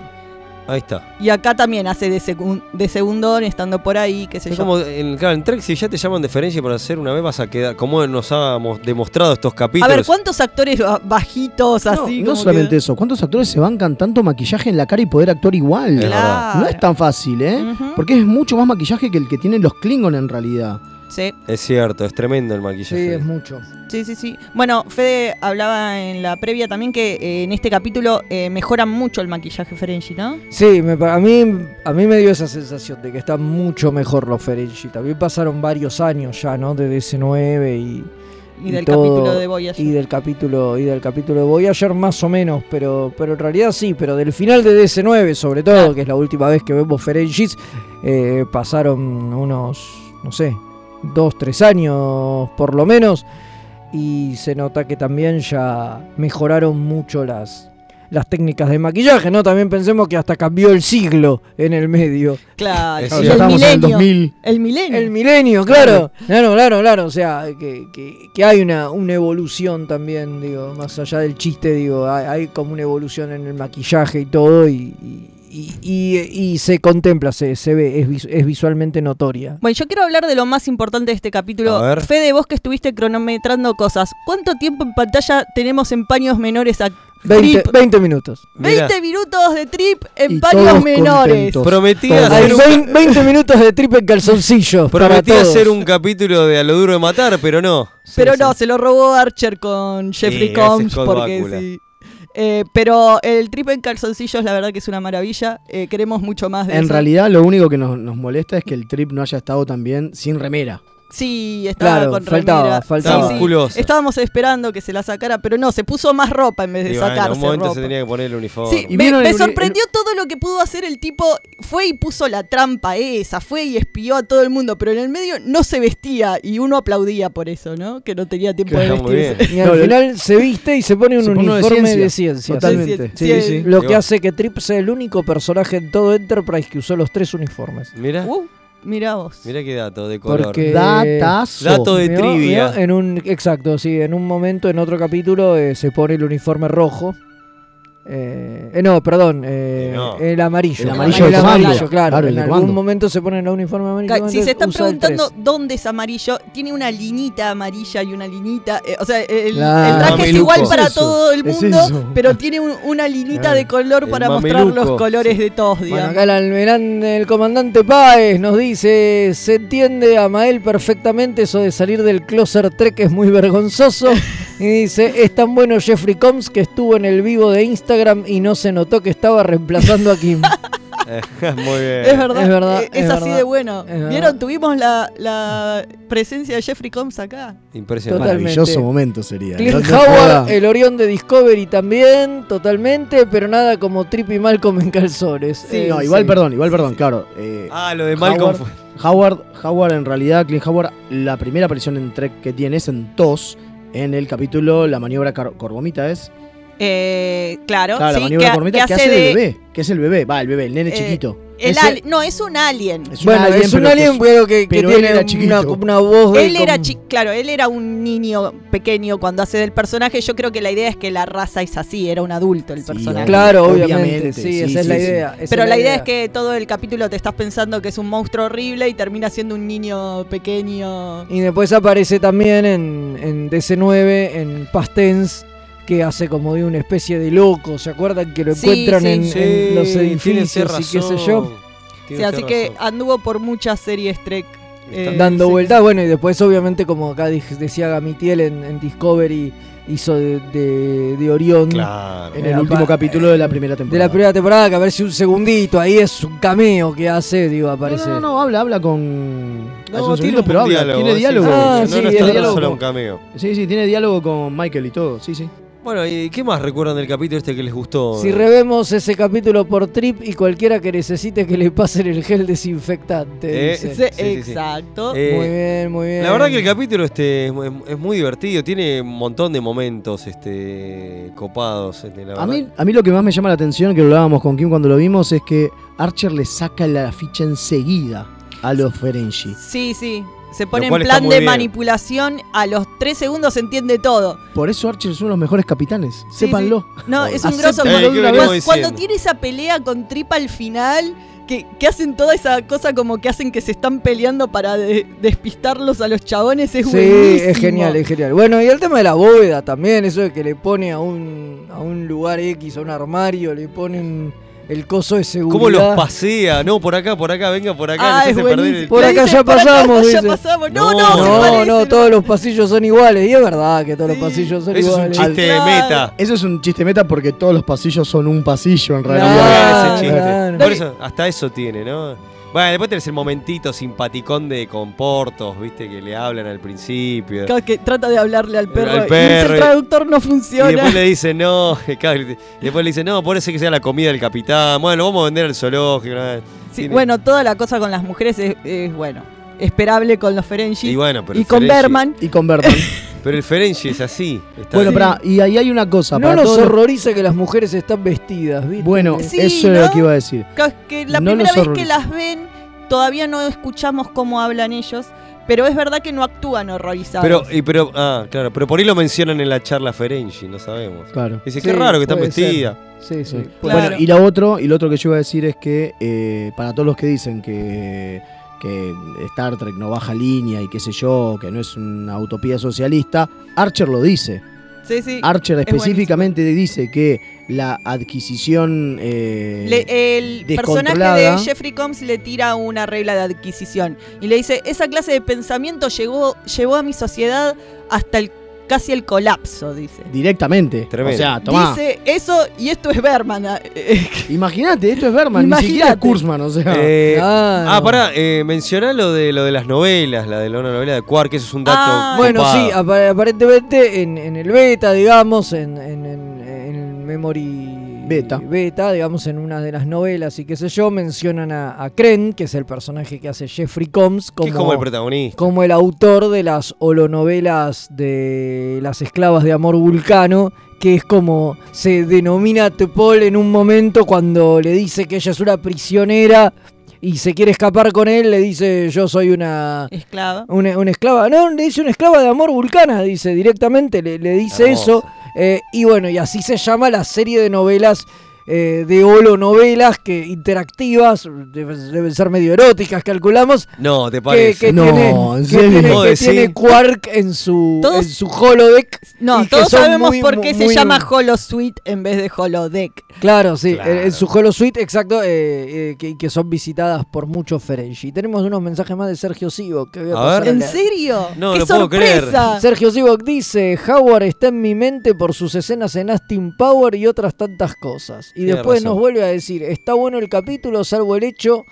Ahí está. Y acá también hace de, segun- de segundón, estando por ahí, qué sé Es yo. como en, claro, en Trek, si ya te llaman de Ferengi para hacer una vez, vas a quedar. Como nos ha mo- demostrado estos A capítulos. ver, ¿cuántos actores ba- bajitos así? No como solamente que- eso, ¿cuántos actores se bancan tanto maquillaje en la cara y poder actuar igual? Es verdad. No es tan fácil, ¿eh? Porque es mucho más maquillaje que el que tienen los Klingon en realidad. Sí, Es cierto, es tremendo el maquillaje. mucho. sí, sí, sí. Bueno, Fede hablaba en la previa también que eh, en este capítulo eh, mejoran mucho el maquillaje Ferengi, ¿no? Sí, me pa- a, mí, a mí me dio esa sensación de que están mucho mejor los Ferengi. También pasaron varios años ya, ¿no? De DC9 y. Y del capítulo de Voyager. Y del capítulo, y del capítulo de Voyager, más o menos, pero, pero en realidad sí, pero del final de DC9, sobre todo, que es la última vez que vemos Ferengis, eh, pasaron unos, no sé, dos, tres años por lo menos, y se nota que también ya mejoraron mucho las, las técnicas de maquillaje, ¿no? También pensemos que hasta cambió el siglo en el medio. Claro, Es y cierto. el Estamos en el milenio. 2000. El milenio. El milenio, claro. Claro, claro, claro. O sea, que, que- que hay una, una evolución también, digo, más allá del chiste, digo, hay, hay como una evolución en el maquillaje y todo, y, y- y- y se contempla, se, se ve, es, vis- es visualmente notoria. Bueno, yo quiero hablar de lo más importante de este capítulo. A ver. Fede, vos que estuviste cronometrando cosas, ¿cuánto tiempo en pantalla tenemos en paños menores a 20, Trip? 20 minutos. 20 minutos de Trip en Y paños todos menores. contentos. Prometía Hay hacer un- 20, 20 minutos de trip en calzoncillo. Prometí para todos. hacer un capítulo de A lo duro de matar, pero no. Pero no, se lo robó Archer con Jeffrey Sí, Combs ese Scott porque Bakula. sí. Eh, pero el trip en calzoncillos, la verdad que es una maravilla. Eh, queremos mucho más de En eso. realidad, lo único que nos, nos molesta es que el trip no haya estado también sin remera. Sí, estaba Claro, con faltaba, remera. faltaba. Sí, sí. Musculosa. Estábamos esperando que se la sacara, pero no, se puso más ropa en vez de Y bueno, sacarse en un momento ropa. se tenía que poner el uniforme. Sí, me, me sorprendió todo lo que pudo hacer el tipo. Fue y puso la trampa esa, fue y espió a todo el mundo, pero en el medio no se vestía y uno aplaudía por eso, ¿no? Que no tenía tiempo de Claro, muy vestirse. bien. Y al final se viste y se pone un Se pone uno de uniforme de, ciencia. ciencia. Totalmente. Sí, Sí, sí. sí. Lo Sí, que va. hace que Trip sea el único personaje en todo Enterprise que usó los tres uniformes. Mira. Uh, mirá vos. Mirá qué dato de color. Porque Dato de ¿no? trivia. ¿no? En un exacto, sí, en un momento en otro capítulo eh, se pone el uniforme rojo. Eh, eh, no, perdón, eh, no. el amarillo. El amarillo de comando. amarillo, claro. Claro, el en de algún comando. momento se pone el uniforme amarillo. Ca- Si entonces se están usa el preguntando tres. dónde es amarillo, tiene una linita amarilla y una linita. eh, o sea, el, Claro. el traje es Mameluco. igual para Es eso, todo el es mundo, eso. pero tiene un- una linita Claro. de color El para mostrar los mameluco. colores de todos, Bueno, digamos. acá el almirán, el comandante Páez nos dice, se entiende a Mael perfectamente eso de salir del closer trek es muy vergonzoso. Y dice, es tan bueno Jeffrey Combs que estuvo en el vivo de Instagram y no se notó que estaba reemplazando a Kim. Muy bien. Es verdad, Es verdad, eh, es, es así verdad, de bueno. es verdad. ¿Vieron? Tuvimos la, la presencia de Jeffrey Combs acá. Impresionante. Totalmente. Maravilloso momento sería. ¿eh? Clint No- no Howard, joda. el Orión de Discovery también, totalmente, pero nada como Trip y Malcolm en calzones. Sí, Eh, no, igual, sí. perdón, igual, perdón, claro. eh, Ah, lo de Malcolm Howard fue- Howard, Howard en realidad, Clint Howard, la primera aparición en Trek que tiene es en TOS, en el capítulo La maniobra Car- Corvomita es. Eh, claro, Claro, la sí, maniobra que- Corvomita que que hace, de- el bebé, que es el bebé, va, el bebé, el nene eh, chiquito. el Ese- al- no, es un alien. Es Bueno, alien, es un pero que alien, es- pero que, que pero él era tiene una, chiquito. una voz de. Él era como- chi- claro, él era un niño pequeño cuando hace del personaje. Yo creo que la idea es que la raza es así, era un adulto el personaje. Claro, obviamente. Obviamente, sí, sí, esa sí, es la sí. idea. esa Pero la idea es que todo el capítulo te estás pensando que es un monstruo horrible y termina siendo un niño pequeño. Y después aparece también en, en DC9, en Past Tense, que hace como de una especie de loco. ¿Se acuerdan que lo Sí, encuentran sí. En, Sí, en los tiene edificios razón, y qué sé yo? O tiene sea, usted así que ah, razón. anduvo por muchas series Trek. eh, dando sí. vueltas. Bueno, y después, obviamente, como acá dij- decía Gamitiel en, en Discovery, hizo de, de, de Orión. Claro. En el último capítulo de la primera De la temporada. primera temporada, que aparece un segundito, ahí es un cameo que hace, digo, No, aparece. no, no, no, habla, habla con. No, hace un tiene segundito, un pero habla, diálogo. tiene sí, diálogo. sí, Ah, no, sí, no el es tan diálogo. solo un cameo. Sí, sí, tiene diálogo con Michael y todo, sí, sí. Bueno, ¿y qué más recuerdan del capítulo este que les gustó? Si revemos ese capítulo por trip y cualquiera que necesite que le pasen el gel desinfectante. Eh, dice. sí, sí, sí. Exacto. Eh, muy bien, muy bien. La verdad que el capítulo este es, mu- es muy divertido, tiene un montón de momentos este copados. este, la verdad. A mí, a mí lo que más me llama la atención, que lo hablábamos con Kim cuando lo vimos, es que Archer le saca la ficha enseguida a los Ferengi. Sí, sí. Se pone en cual está plan muy de bien. manipulación. A los tres segundos se entiende todo. Por eso Archer es uno de los mejores capitanes, Sí, sépanlo. No, Obvio. es un Acepta grosso. Eh, Cuando, ¿qué venimos cuando- diciendo? cuando tiene esa pelea con Tripa al final, que, que hacen toda esa cosa como que hacen que se están peleando para de- despistarlos a los chabones, es Sí, buenísimo. es genial, es genial. Bueno, y el tema de la bóveda también, eso de que le pone a un, a un lugar X, a un armario, le ponen el coso de seguridad. ¿Cómo los pasea? No, por acá, por acá, venga por acá. Ah, les es hace perder buenísimo. el- Por Le acá dice, ya "Por acá pasamos", ya dice. pasamos. No, No, no, se No, parece, no, todos los pasillos son iguales, y es verdad que todos Sí. los pasillos son Eso es un iguales. chiste de Claro. meta. Eso es un chiste meta porque todos los pasillos son un pasillo en Claro, realidad. Ah, Claro, ese chiste. claro. Por eso, hasta eso tiene, ¿no? Bueno, después tenés el momentito simpaticón de comportos, viste, que le hablan al principio. Cada que trata de hablarle al perro, Al y perro. el traductor no Y después funciona. le dice, no, claro, y después le dice, no, por eso que sea la comida del capitán. Bueno, lo vamos a vender al zoológico. ¿no? Sí, Tiene- bueno, toda la cosa con las mujeres es, es, bueno, esperable con los Ferengi y y, bueno, pero el con Ferengi- Berman. Y con Berman. Pero el Ferengi es así. está bueno, bien. pará, y ahí hay una cosa. No para nos todos los- horroriza que las mujeres están vestidas, ¿viste? Eh, Bueno, Sí, eso era ¿no? lo que iba a decir. Ca- que la No primera los vez que horroriza. las ven, todavía no escuchamos cómo hablan ellos, pero es verdad que no actúan horrorizados. Pero, y, pero, ah, claro, pero por ahí lo mencionan en la charla Ferengi, no sabemos. Claro. Dice, Sí, qué raro que está puede ser. vestida. Sí, sí. Claro. Bueno, y lo otro, y lo otro que yo iba a decir es que eh, para todos los que dicen que, que Star Trek no baja línea y qué sé yo, que no es una utopía socialista, Archer lo dice. sí, sí. Archer buenísimo. específicamente dice que la adquisición eh, Le- el personaje de descontrolada. Jeffrey Combs le tira una regla de adquisición y le dice, esa clase de pensamiento llegó, llevó a mi sociedad hasta el casi el colapso, dice. directamente. Tremendo. O sea, tomá. Dice eso y esto es Berman. ah, eh, Imagínate, esto es Berman, ni Imagínate. siquiera es Kurzman, o sea. Eh, Claro. Ah, pará, eh, mencioná lo de, lo de las novelas, la de la novela de Quark, que eso es un dato. Ah. Bueno, copado. sí, apa- aparentemente en, en el beta, digamos, en, en, en- en el memory Beta. beta, digamos, en una de las novelas y qué sé yo, mencionan a, a Kren, que es el personaje que hace Jeffrey Combs, Que como, es como el protagonista. como el autor de las holonovelas de las esclavas de amor vulcano, que es como se denomina Tepol en un momento cuando le dice que ella es una prisionera y se quiere escapar con él, le dice yo soy una... esclava. Una, una esclava, no, le dice una esclava de amor vulcana, dice directamente, le, le dice Hermoso. eso. eh, y bueno, y así se llama la serie de novelas, eh, de holo novelas que interactivas, deben, deben ser medio eróticas, calculamos, No, te que, parece. que No, tiene, ¿en que serio? tiene- ¿Vos que decís? tiene Quark en su, Todos- en su holodeck. No, y que todos son sabemos muy- por qué muy- se llama Holosuite en vez de Holodeck. Claro, sí, en- Claro. En, su holosuite, exacto, eh, eh, que, que son visitadas por muchos Ferengi. Tenemos unos mensajes más de Sergio Sivo que voy a, A pasar ver. a ¿En leer. serio? No ¡Qué lo puedo creer. sorpresa! Sergio Sivok dice, Howard está en mi mente por sus escenas en Astin Power y otras tantas cosas. Y Tiene después razón. nos vuelve a decir, está bueno el capítulo, salvo el hecho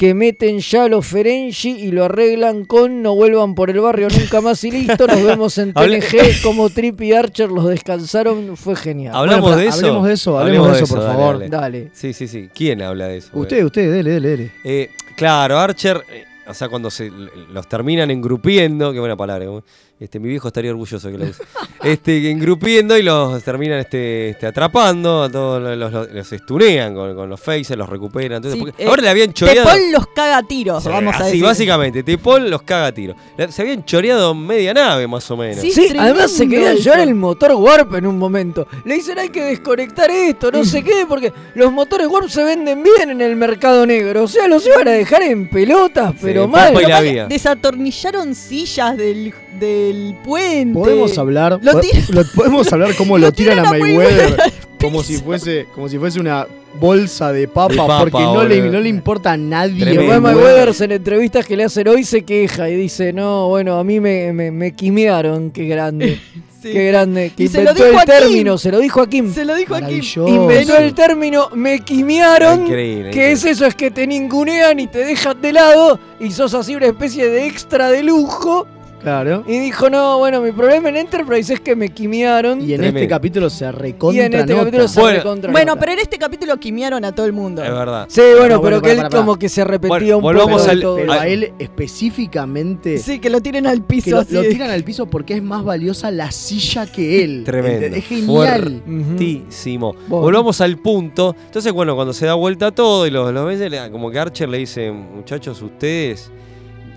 que meten ya a los Ferengi y lo arreglan con no vuelvan por el barrio nunca más y listo, nos vemos en Hable- TNG, como Trip y Archer los descansaron, fue genial. Hablamos Bueno, de pero eso. hablemos de eso, hablemos de eso, por dale, favor. dale. Dale. Sí, sí, sí. ¿Quién habla de eso? Usted, usted, dele, dele, dele. Eh, claro, Archer. eh, o O sea, cuando se los terminan engrupiendo, qué buena palabra. ¿cómo? Este, mi viejo estaría orgulloso que lo use. Este, engrupiendo y los terminan este, este, atrapando, a todos los, los, los estunean con, con los faces, los recuperan. Entonces, Sí, porque eh, ahora le habían choreado. Tepol los caga a tiros, Sí, vamos a así, decir. básicamente, Tepol los caga a tiro. La- Se habían choreado media nave, más o menos. Sí, además se quería llevar el motor Warp en un momento. Le dicen hay que desconectar esto, no sé qué, porque los motores Warp se venden bien en el mercado negro. O sea, los iban a dejar en pelotas, pero mal. Papa y la Vía. Desatornillaron sillas del, del puente. Podemos hablar. Lo po- tira- lo- podemos hablar cómo lo tiran a Mayweather. Mayweather Como si fuese, como si fuese una bolsa de papa, De papa, porque no le, boludo. no le importa a nadie. Tremendo. Mayweather. Mayweather en entrevistas que le hacen hoy se queja y dice, no, bueno, a mí me, me, me quimearon, qué grande. Qué grande. Que Y se lo inventó dijo el a Kim. término, se lo dijo a Kim. Se lo dijo aquí. Inventó el término me quimearon, Increíble, que increíble. es eso, es que te ningunean y te dejan de lado y sos así una especie de extra de lujo. Claro. Y dijo, no, bueno, mi problema en Enterprise es que me quimearon. Y en este capítulo se recontra. Y en este capítulo se Bueno. recontra Bueno, nota. pero en este capítulo quimearon a todo el mundo. Es verdad. Sí, bueno, pero que él pará, pará. como que se repetía Bueno, un poco. volvamos de al- todo. Pero Ah. a él específicamente. Sí, que lo tiren al piso que lo, así. lo tiran al piso porque es más valiosa la silla que él. Tremendo. ¿entendés? Es genial. Fuertísimo. Volvamos al punto. Entonces, bueno, cuando se da vuelta todo y los, los veces, como que Archer le dice, muchachos, ustedes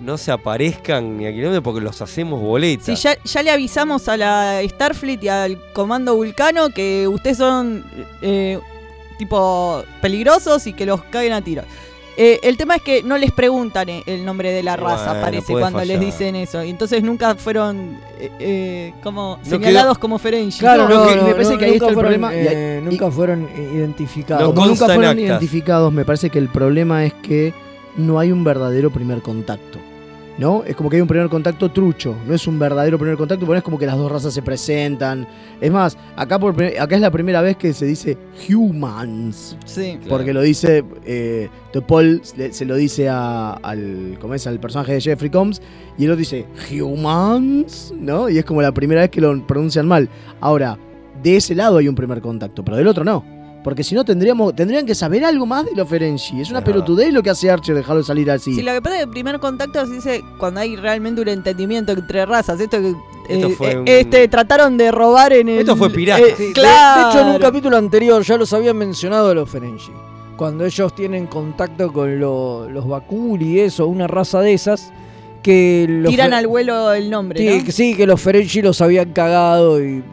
no se aparezcan ni a kilómetros porque los hacemos boletas. Sí, ya, ya le avisamos a la Starfleet y al Comando Vulcano que ustedes son eh, tipo peligrosos y que los caen a tiros. Eh, el tema es que no les preguntan eh, el nombre de la Bueno, raza, parece, puede cuando les fallar. dicen eso. Y entonces nunca fueron eh, eh, como No señalados quedó- como Ferengi. Claro, no, No, que- no, me parece no, que ahí nunca está el fueron, problema y eh, nunca fueron eh, No identificados. Como nunca consta en fueron actas. identificados, me parece que el problema es que no hay un verdadero primer contacto. ¿No? Es como que hay un primer contacto trucho, no es un verdadero primer contacto, porque es como que las dos razas se presentan. Es más, acá, por, prim- acá es la primera vez que se dice humans, Sí. porque lo dice eh, Topol, le- se lo dice a- al, ¿cómo es? al personaje de Jeffrey Combs, y el otro dice humans, ¿no? Y es como la primera vez que lo pronuncian mal. Ahora, de ese lado hay un primer contacto, pero del otro no. Porque si no tendríamos, tendrían que saber algo más de los Ferengi. Es una Es pelotudez lo que hace Archer dejarlo salir así. Sí, lo que pasa es que el primer contacto se dice cuando hay realmente un entendimiento entre razas. Esto que Esto eh, fue eh, un- este trataron de robar en el. Esto fue pirata. eh, Sí, De- claro. De, hecho, en un capítulo anterior ya los habían mencionado los Ferengi. Cuando ellos tienen contacto con lo- los Bakuri y eso, una raza de esas, que los tiran Fe- al vuelo el nombre. Sí, ¿no? que- sí, que los Ferengi los habían cagado y,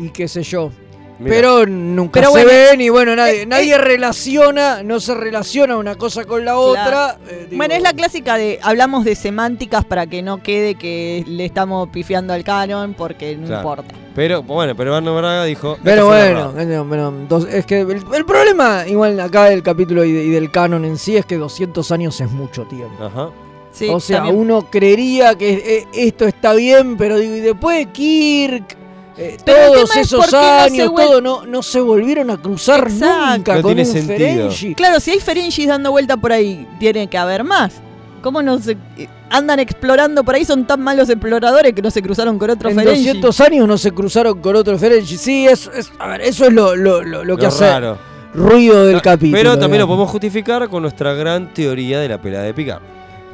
y- y qué sé yo. Mirá. Pero nunca Pero se bueno, ven y bueno, nadie, eh, nadie eh. relaciona, no se relaciona una cosa con la otra. eh, digo, Bueno, es la clásica de hablamos de semánticas para que no quede que le estamos pifiando al canon porque no Claro. importa. Pero, bueno, pero Arno Braga dijo. Pero "Esto fue una bueno, bueno, bueno, dos- es que el, el problema, igual acá del capítulo y, de- y del canon en sí, es que 200 años es mucho tiempo. rata". Ajá. Sí, o sea, también. uno creería que eh, esto está bien, pero digo, y después de Kirk, eh, Pero el todos tema es esos por qué no se años, vuel- todo, no, no se volvieron a cruzar Exacto. nunca No con tiene un sentido. Ferengi. Claro, si hay Ferengis dando vuelta por ahí, tiene que haber más. ¿Cómo no se eh, andan explorando por ahí? Son tan malos exploradores que no se cruzaron con otro En Ferengi. 200 años no se cruzaron con otro Ferengi. Sí, es, es- a ver, eso es lo, lo- lo- lo que Lo hace raro. ruido del Ah, capítulo. Pero también lo digamos. podemos justificar con nuestra gran teoría de la pelada de picar.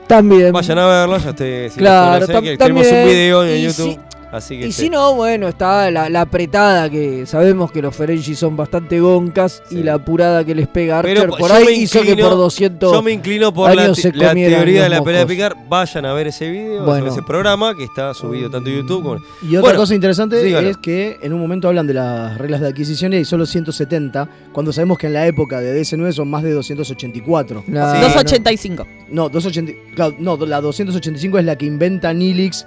También. Vayan a verlo, ya esté. Si Em, Claro, no conocen, que tam- tenemos un también. video en Y YouTube. si- así que Y este, si no, bueno, está la, la apretada que sabemos que los Ferengi son bastante goncas Sí. y la apurada que les pega Archer Pero por yo ahí me hizo que inclino- por 200 Yo me inclino por la, años te- se la comieran teoría los de la pelea de moscos. picar. Vayan a ver ese video, Bueno. ese programa que está subido tanto en YouTube como. Y otra Bueno, cosa interesante dígalo. es que en un momento hablan de las reglas de adquisiciones y solo 170, cuando sabemos que en la época de DS9 son más de 284. Claro. Sí. 285. No, 280, claro, no, la 285 es la que inventa Nilix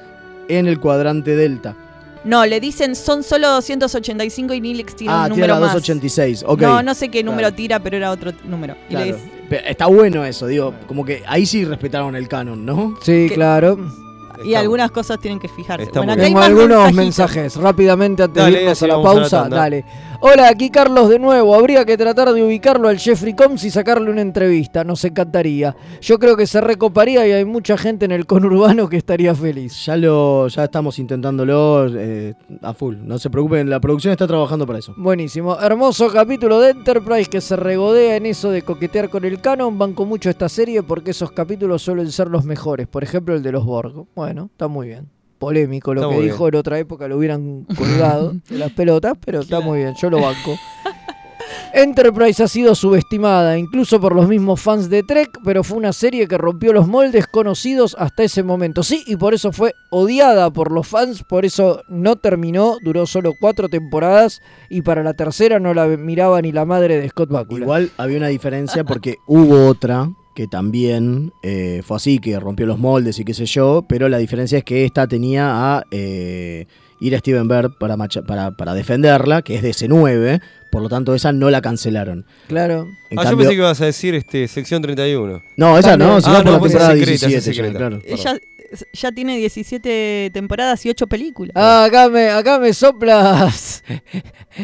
en el cuadrante delta. No, le dicen son solo 285 y Nilix tira ah, un tiene número la más. 286, ok. No, no sé qué número Claro. tira, pero era otro número. Y Claro. le dice- Pero Está bueno eso, digo, como que ahí sí respetaron el canon, ¿no? Sí, que- claro. y Ah, algunas cosas tienen que fijarse. Bueno, acá hay Tengo más algunos mensajitos. mensajes rápidamente antes Dale, de irnos así a la vamos a la pausa. tanda. dale. Hola, aquí Carlos de nuevo. Habría que tratar de ubicarlo al Jeffrey Combs y sacarle una entrevista. Nos encantaría. Yo creo que se recoparía y hay mucha gente en el conurbano que estaría feliz. Ya lo, ya estamos intentándolo eh, a full. No se preocupen, la producción está trabajando para eso. Buenísimo. Hermoso capítulo de Enterprise que se regodea en eso de coquetear con el canon. Banco mucho esta serie porque esos capítulos suelen ser los mejores. Por ejemplo, el de los Borg. Bueno, está muy bien. Polémico lo Está que muy dijo en otra época, lo hubieran colgado de las pelotas, pero está muy bien, yo lo banco. Enterprise ha sido subestimada, incluso por los mismos fans de Trek, pero fue una serie que rompió los moldes conocidos hasta ese momento. Sí, y por eso fue odiada por los fans, por eso no terminó, duró solo cuatro temporadas y para la tercera no la miraba ni la madre de Scott Bakula. Igual había una diferencia porque hubo otra que también eh, fue así, que rompió los moldes y qué sé yo, pero la diferencia es que esta tenía a eh, ir a Steven Bird para, macha- para, para defenderla, que es de C9, por lo tanto esa no la cancelaron. Claro. En Ah, yo cambio- pensé que ibas a decir este, sección 31. No, esa no, si Ah, va por la pues es temporada secreta, es 17 ya, secreta. claro. Ella eh, ya tiene 17 temporadas y 8 películas. Ah, acá me, acá me soplas.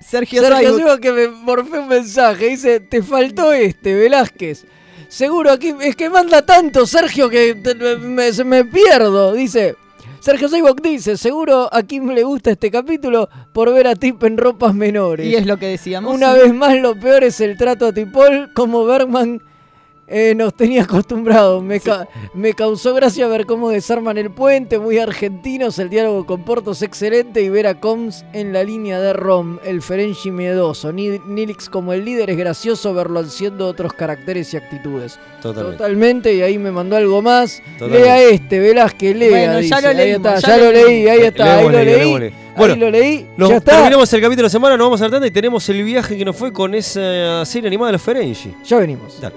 Sergio, Sergio Saibut. Saibut que me morfé un mensaje. Dice, te faltó este, Velázquez. Seguro aquí, es que manda tanto Sergio que te- me, se- me pierdo. Dice, Sergio Saibok dice, seguro a Kim le gusta este capítulo por ver a Tip en ropas menores. Y es lo que decíamos. Una sí. vez más, lo peor es el trato a Tipol, como Bergman eh, nos tenía acostumbrado. Me, ca- me causó gracia ver cómo desarman el puente, muy argentinos, el diálogo con Portos excelente y ver a Combs en la línea de Rom, el Ferengi miedoso. Ni- Nilix como el líder es gracioso verlo haciendo otros caracteres y actitudes. Totalmente. y ahí me mandó algo más. Totalmente. Lea este, Velázquez, lea. Bueno, ya dice. lo Ahí leímos, está, ya ya lo lo leímos. leí, ahí está, ahí lo Leémosle, leí. leémosle. Bueno, Bueno, ahí lo leí. Nos- ya está. Terminamos el capítulo de semana, nos vamos a la tanda y tenemos el viaje que nos fue con esa serie animada de los Ferengi. Ya venimos. Dale.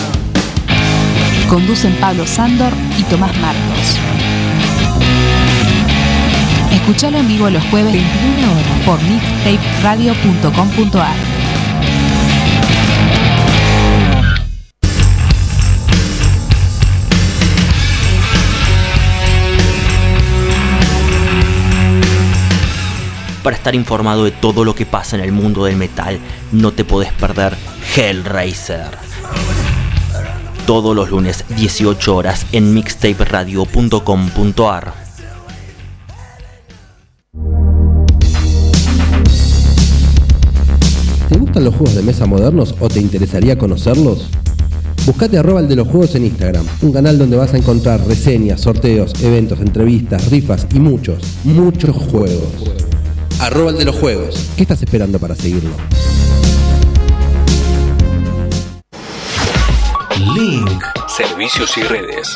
Conducen Pablo Sándor y Tomás Marcos. Escuchalo en vivo los jueves 21 horas por mixtaperadio.com.ar. Para estar informado de todo lo que pasa en el mundo del metal, no te podés perder Hellraiser. Todos los lunes, 18 horas, en mixtaperadio.com.ar. ¿Te gustan los juegos de mesa modernos o te interesaría conocerlos? Buscate arroba el de los juegos en Instagram, un canal donde vas a encontrar reseñas, sorteos, eventos, entrevistas, rifas y muchos, muchos juegos. Arroba el de los juegos. ¿Qué estás esperando para seguirlo? Link. Servicios y redes.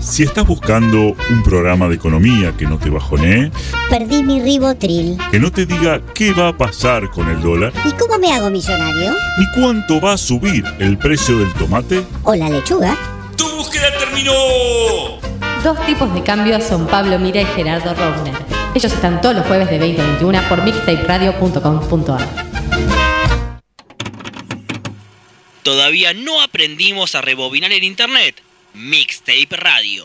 Si estás buscando un programa de economía que no te bajonee, Perdí mi ribotril. que no te diga qué va a pasar con el dólar, ¿Y cómo me hago millonario? ni cuánto va a subir el precio del tomate, ¿O la lechuga? ¡Tu búsqueda terminó! Dos tipos de cambios son Pablo Mira y Gerardo Rovner. Ellos están todos los jueves de 20 a 21 por mixtaperadio.com.ar. Todavía no aprendimos a rebobinar en internet. Mixtape Radio.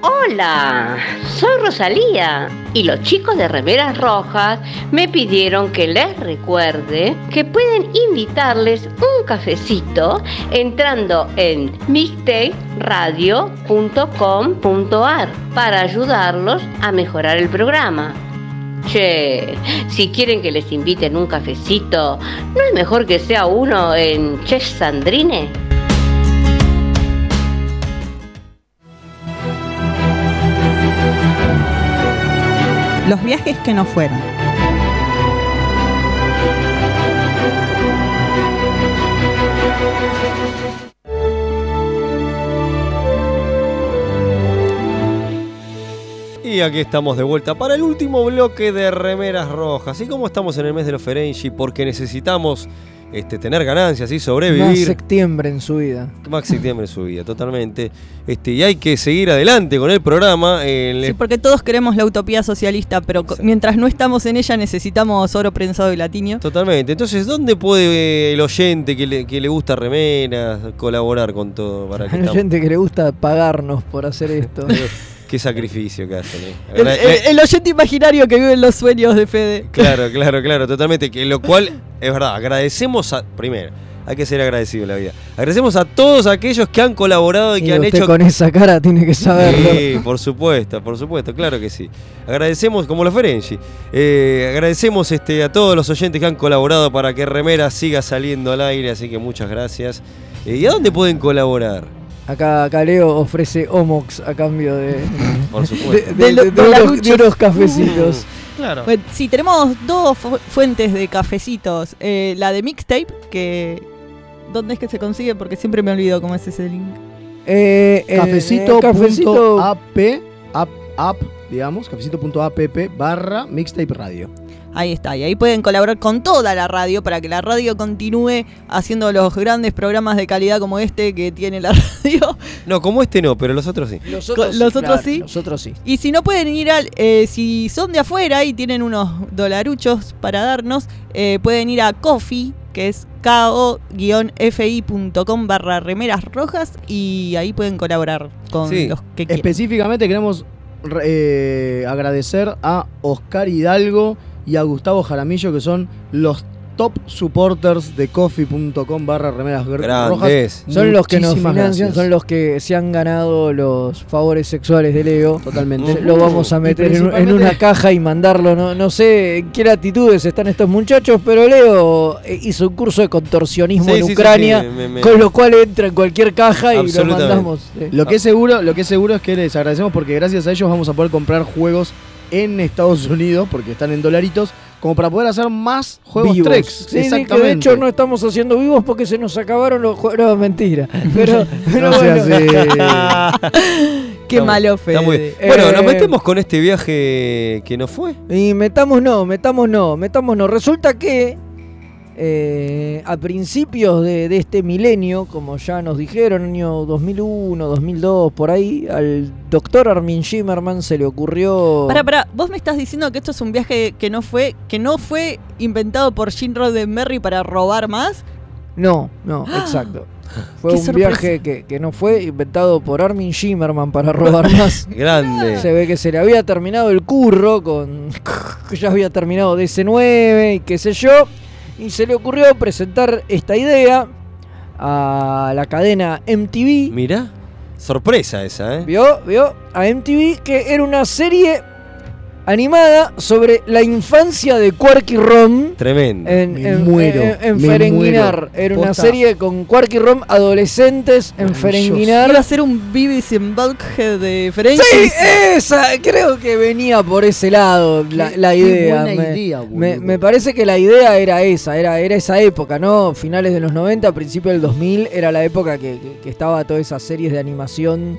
Hola Hola, soy Rosalía y los chicos de Remeras Rojas me pidieron que les recuerde que pueden invitarles un cafecito entrando en mixtaperadio.com.ar para ayudarlos a mejorar el programa. Che, si quieren que les inviten un cafecito, ¿no es mejor que sea uno en Che Sandrine? Los viajes que no fueron. Y aquí estamos de vuelta para el último bloque de Remeras Rojas. Y como estamos en el mes de los Ferengi, porque necesitamos este, tener ganancias y Más sobrevivir. septiembre en su vida. Max septiembre en su vida, totalmente. Este, y hay que seguir adelante con el programa. eh, El- Sí, porque todos queremos la utopía socialista, pero co- mientras no estamos en ella necesitamos oro prensado y latinio. Totalmente. Entonces, ¿dónde puede eh, el oyente que le, que le gusta remeras colaborar con todo? Para que Hay estamos- gente que le gusta pagarnos por hacer esto. Qué sacrificio que hacen. eh. el, el- el oyente imaginario que vive en los sueños de Fede. Claro, claro, claro, totalmente. Que lo cual es verdad. Agradecemos a. Primero, hay que ser agradecido en la vida. Agradecemos a todos aquellos que han colaborado y que Y han usted hecho. con esa cara tiene que saberlo. Sí, por supuesto, por supuesto, claro que sí. Agradecemos, como los Ferengi, eh, agradecemos este, a todos los oyentes que han colaborado para que Remera siga saliendo al aire, así que muchas gracias. Eh, ¿Y a dónde pueden colaborar? Acá, acá Leo ofrece Omox a cambio de, Por supuesto. de- de- de- de la unos, lucha. de unos cafecitos. Claro. Bueno, Pues, sí, tenemos dos fu- fuentes de cafecitos. Eh, la de mixtape, que... ¿Dónde es que se consigue? Porque siempre me olvido cómo es ese link. Eh, eh, Cafecito.app, cafecito- app, app, digamos, cafecito.app barra mixtape radio. Ahí está, y ahí pueden colaborar con toda la radio para que la radio continúe haciendo los grandes programas de calidad como este que tiene la radio. No, como este no, pero los otros sí. Los otros sí, Los otros claro, sí. Los otros sí. Y si no pueden ir al, eh, si son de afuera y tienen unos dolaruchos para darnos, eh, pueden ir a Coffee, que es ko-fi.com barra remeras rojas y ahí pueden colaborar con los que quieran. Específicamente queremos re- eh, agradecer a Oscar Hidalgo y a Gustavo Jaramillo, que son los top supporters de coffee.com barra remeras gr- rojas. Grandes. Son los que nos Muchísimas financian, gracias. son los que se han ganado los favores sexuales de Leo. Totalmente. Lo vamos a Y meter en, un- en principalmente- una caja y mandarlo. No, no sé en qué latitudes están estos muchachos, pero Leo eh, hizo un curso de contorsionismo Sí, en sí, sí, Ucrania, sí, me- me- con lo cual entra en cualquier caja y lo Absolutamente. mandamos. eh. sí. Lo que es seguro, lo que es seguro es que les agradecemos porque gracias a ellos vamos a poder comprar juegos en Estados Unidos porque están en dolaritos como para poder hacer más juegos Vivos. Trex. Sí, sí, que de hecho no estamos haciendo vivos porque se nos acabaron los juegos. No, mentira. Pero, pero No sea bueno. eh, Qué malo, Fede. Está muy bien. Bueno, nos Eh, metemos con este viaje que no fue. Y metamos no, metamos no, metamos no. Resulta que eh, a principios de, de este milenio, como ya nos dijeron, año 2001, 2002, por ahí, al doctor Armin Shimerman se le ocurrió... Pará, pará, vos me estás diciendo que esto es un viaje que no fue, que no fue inventado por Gene Roddenberry para robar más. No, no, exacto. Fue Qué un sorpresa. viaje que, que no fue inventado por Armin Shimerman para robar más. Grande. Se ve que se le había terminado el curro con. que ya había terminado DC9 y qué sé yo. Y se le ocurrió presentar esta idea a la cadena MTV. Mirá, sorpresa esa, ¿eh? ¿Vio? ¿Vio? A MTV que era una serie animada sobre la infancia de Quark y Rom. Tremendo. En, Me en- muero, en- en me Ferenguinar. muero. Era una Posta. serie con Quark y Rom adolescentes en Ferenguinar. Iba a ser un BBC en Bulkhead de Ferengi. Sí, eh. esa, creo que venía por ese lado la, la qué idea. buena me, idea, me- me parece que la idea era esa, era, era esa época, ¿no? Finales de los 90, principios del 2000, era la época que, que- que estaba todas esas series de animación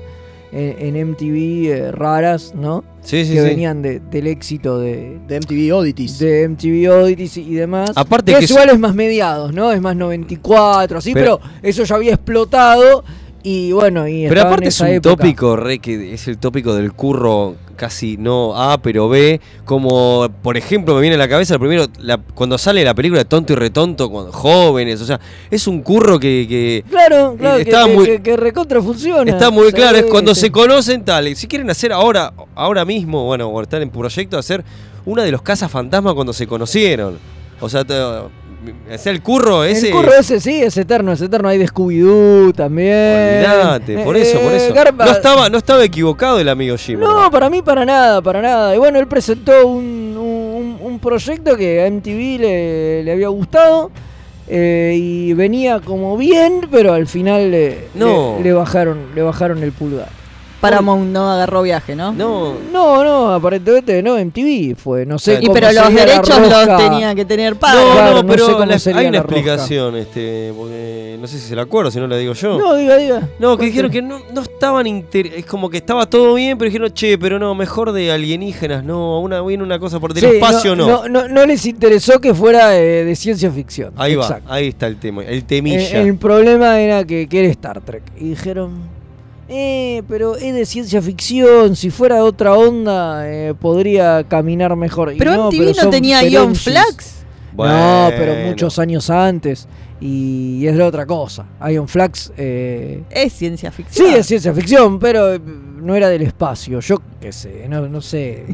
en, en MTV eh, raras, ¿no? Sí, sí, que sí. venían de- del éxito de, de MTV Oddities. De MTV Oddities y demás. Aparte que que es es- igual es más mediados, ¿no? Es más 94, así, pero, Pero- eso ya había explotado Y bueno, y Pero estaba en aparte es esa un época. tópico, re, que es el tópico del curro casi no A, pero B. Como, por ejemplo, me viene a la cabeza el primero, la- cuando sale la película de Tonto y Retonto, cuando jóvenes, o sea, es un curro que... que Claro, claro, Eh, que, estaba que- muy- que- que recontra funciona. Está muy Sí, claro, es cuando sí. se conocen tal. y Si quieren hacer ahora, ahora mismo, bueno, o estar en proyecto, hacer una de los casas fantasmas cuando se conocieron. O sea, te- o sea, el curro ese. El curro ese sí, es eterno, es eterno. Hay de Scooby-Doo también. olvidate, por eso, por Eh, eso. Garpa- No estaba, no estaba equivocado el amigo Jim. No, para mí para nada, para nada. Y bueno, él presentó un, un- un proyecto que a MTV le, le había gustado eh, y venía como bien, pero al final le, No. le, le bajaron, le bajaron el pulgar. Paramount no agarró viaje, ¿no? No. No, no, aparentemente no, MTV fue, no sé. Y cómo pero los sería la derechos rosca. los tenía que tener Ah, No, padre. no, pero sé cómo la- sería hay una la rosca. explicación, este, porque no sé si se la acuerdo, si no la digo yo. No, diga, diga. No, que dijeron que no, no estaban inter... Es como que estaba todo bien, pero dijeron, che, pero no, mejor de alienígenas, no, una, viene una cosa por del Sí, espacio no. No, no, no les interesó que fuera eh, de ciencia ficción. Ahí va, Exacto. ahí está el tema, el Eh, temilla. el problema era que, que era Star Trek. Y dijeron, eh, pero es de ciencia ficción, si fuera de otra onda eh, podría caminar mejor. Y Pero no, MTV no son tenía Ion Pelonchis. Flax. No, Bueno. pero muchos años antes. Y, es la otra cosa. Ion Flax... eh, Es ciencia ficción. Sí, es ciencia ficción, pero eh, no era del espacio. Yo qué sé, no, no sé.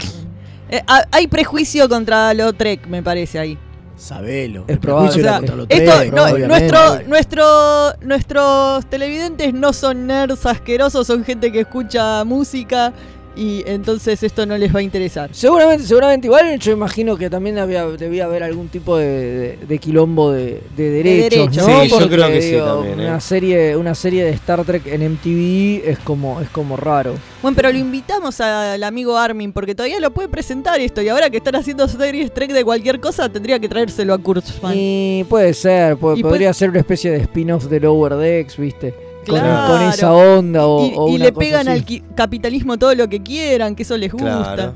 Eh, ha- hay prejuicio contra lo Trek, me parece ahí. Sabelo. Es probable. O sea, Contra lo esto, Trek, no, obviamente. nuestro, nuestro, nuestros televidentes no son nerds asquerosos, son gente que escucha música y entonces esto no les va a interesar. Seguramente, seguramente. Igual yo imagino que también había, debía haber algún tipo de, de- de quilombo de, de derechos, derechos. ¿no? Sí, yo creo que sí también, Una, eh. serie, una serie de Star Trek en MTV es como, es como raro. Bueno, pero lo invitamos al amigo Armin porque todavía lo puede presentar esto y ahora que están haciendo series Trek de cualquier cosa tendría que traérselo a Kurtzman. Y puede ser, po- Y podría puede- ser una especie de spin-off de Lower Decks, ¿viste? Con- Claro. Con, esa onda o, y, o y una le cosa pegan así. al qui- capitalismo todo lo que quieran, que eso les gusta. Claro.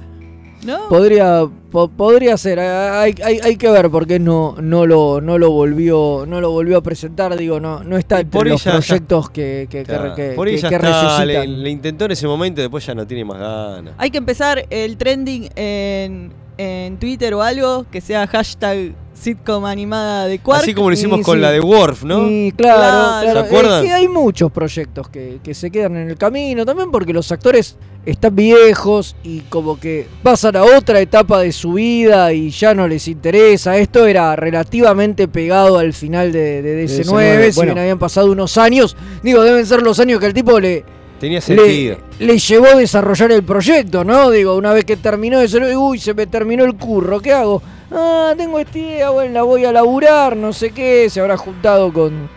¿No? Podría, po- podría ser, ah, hay, hay, hay que ver por qué no, no, lo, no lo volvió, no lo volvió a presentar, digo, no, no está entre por ahí los ya- ya- proyectos que, que, que- Claro, que- por ahí que- ya que está, le, resucitan. le intentó en ese momento, después ya no tiene más ganas. Hay que empezar el trending en, en Twitter o algo que sea hashtag sitcom animada de Quark. Así como lo hicimos con la de Worf, ¿no? Y claro, Claro. ¿Se claro, acuerdan? es que hay muchos proyectos que, que se quedan en el camino, también porque los actores están viejos y como que pasan a otra etapa de su vida y ya no les interesa. Esto era relativamente pegado al final de, de DC9, si bueno. bien habían pasado unos años. Digo, deben ser los años que el tipo le, Tenía sentido. le, le llevó a desarrollar el proyecto, ¿no? Digo, una vez que terminó eso, le- uy, se me terminó el curro, ¿qué hago? Ah, tengo esta idea, bueno, la voy a laburar, no sé qué, se habrá juntado con,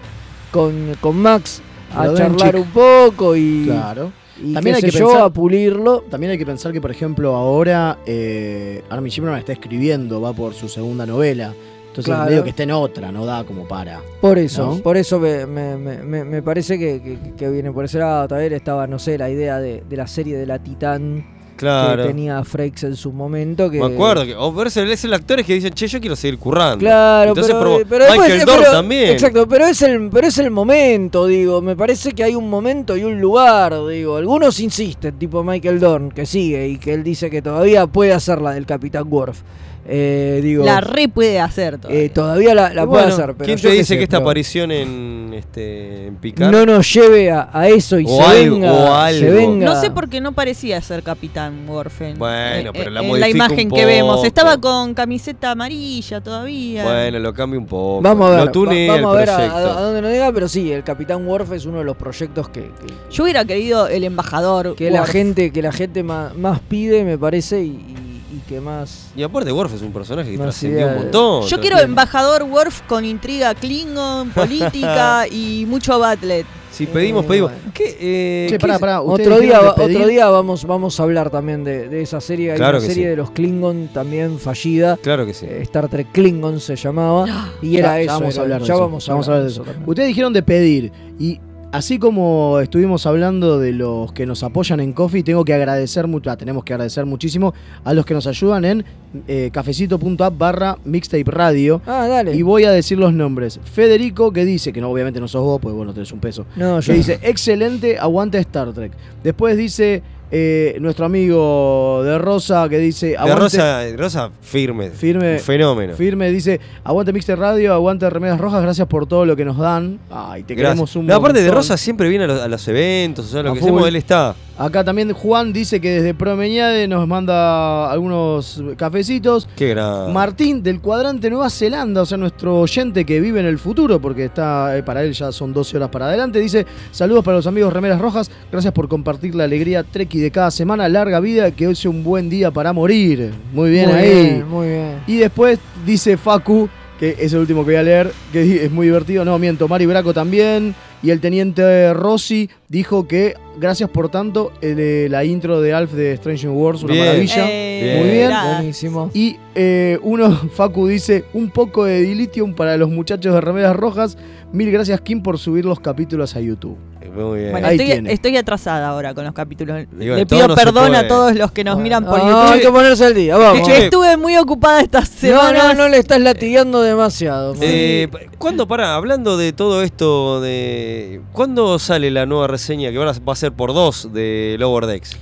con, con Max a Lo de un charlar chico. un poco y... Claro. y qué sé yo, a pulirlo. También hay que pensar que, por ejemplo, ahora eh, Armin Shimmerman está escribiendo, va por su segunda novela. Entonces, Claro. medio que está en otra, no da como para. Por eso, ¿No? por eso me, me- me- me- me parece que, que- que viene por ese lado. También estaba, no sé, la idea de, de la serie de la Titán Claro. que tenía Frakes en su momento. Que, Me acuerdo que. O verse es el actores que dicen, che, yo quiero seguir currando. Claro, Entonces, pero, eh, provo- pero Michael después- Dorn pero- también. Exacto, pero es, el, pero es el momento, digo. Me parece que hay un momento y un lugar, digo. Algunos insisten, tipo Michael Dorn, que sigue y que él dice que todavía puede hacer la del Capitán Worf. Eh, digo, La re puede hacer todavía. eh, todavía la, la Y puede bueno, hacer. Pero ¿Quién yo te qué dice sé, que esta pero aparición en, este, en Picard? no nos lleve a, a eso y O se, algo, venga, o se algo. venga. No sé por qué no parecía ser Capitán Warfen. Bueno, pero la en la modifica imagen un que vemos. poco. Estaba con camiseta amarilla todavía. Bueno, lo cambio un poco. Vamos a ver, Lo tunea va- vamos el a, ver a, proyecto. a- a dónde nos llega, pero sí, el Capitán Worf es uno de los proyectos que- que, Yo hubiera querido el embajador. que la Worf. gente que la gente más, más pide me parece y, y- y que más Y aparte, Worf es un personaje que Más trascendió un ideal. montón. Yo quiero embajador Worf con intriga Klingon, política y mucho Batlet. Si pedimos, pedimos. ¿Qué, eh, Che, qué pará, es- pará, Ah, ustedes otro día dijeron va- de pedir- otro día vamos vamos a hablar también de, de esa serie Hay Claro una que serie sí. de los Klingon también fallida Claro que sí. Eh, Star Trek Klingon se llamaba y Ya- era Ah. ya eso vamos a era- hablar de ya eso. vamos a Vamos a hablar hablar de de eso también. Ustedes dijeron de pedir. Y Así como estuvimos hablando de los que nos apoyan en Coffee, tengo que agradecer mucho, ah, tenemos que agradecer muchísimo a los que nos ayudan en eh, cafecito.app barra mixtape radio. Ah, dale. Y voy a decir los nombres. Federico, que dice, que no, obviamente no sos vos, porque vos no tenés un peso. No, yo Que no. dice, excelente, aguanta Star Trek. Después dice eh, nuestro amigo de Rosa, que dice, De aguante... Rosa, Rosa firme. Firme. Un fenómeno. Firme dice, aguante Mixte Radio, aguante Remeras Rojas, gracias por todo lo que nos dan. Ay, te Gracias. queremos un No, aparte de montón. Rosa siempre viene a los, a los eventos, o sea, lo A que full. hacemos, él está. Acá también Juan dice que desde Promeñade nos manda algunos cafecitos. Qué gran. Martín del cuadrante Nueva Zelanda, o sea, nuestro oyente que vive en el futuro, porque está eh, para él ya son 12 horas para adelante, dice, saludos para los amigos Remeras Rojas, gracias por compartir la alegría treki de cada semana, larga vida, que hoy sea un buen día para morir. Muy bien muy ahí. bien, muy bien. Y después dice Facu, que es el último que voy a leer, que di- es muy divertido. No, miento, Mari Braco también. Y el teniente Rossi dijo que gracias por tanto el, eh, la intro de Alf de Strange New Worlds, una Bien. maravilla. Eh, muy bien. gracias. Buenísimo. Y eh, uno, Facu dice, un poco de dilithium para los muchachos de Remeras Rojas. Mil gracias, Kim, por subir los capítulos a YouTube. Muy bien. Bueno, Ahí estoy, tiene. estoy atrasada ahora con los capítulos. Digo, Le todo pido no se perdón a puede. todos los que nos miran por Ah, YouTube. hay que ponerse al día, vamos. Que Estuve muy ocupada esta No, semana. no, no le estás latigueando demasiado. Eh, ¿Cuándo, para hablando de todo esto, de ¿cuándo sale la nueva reseña que van a- va a ser por dos de Lower Decks?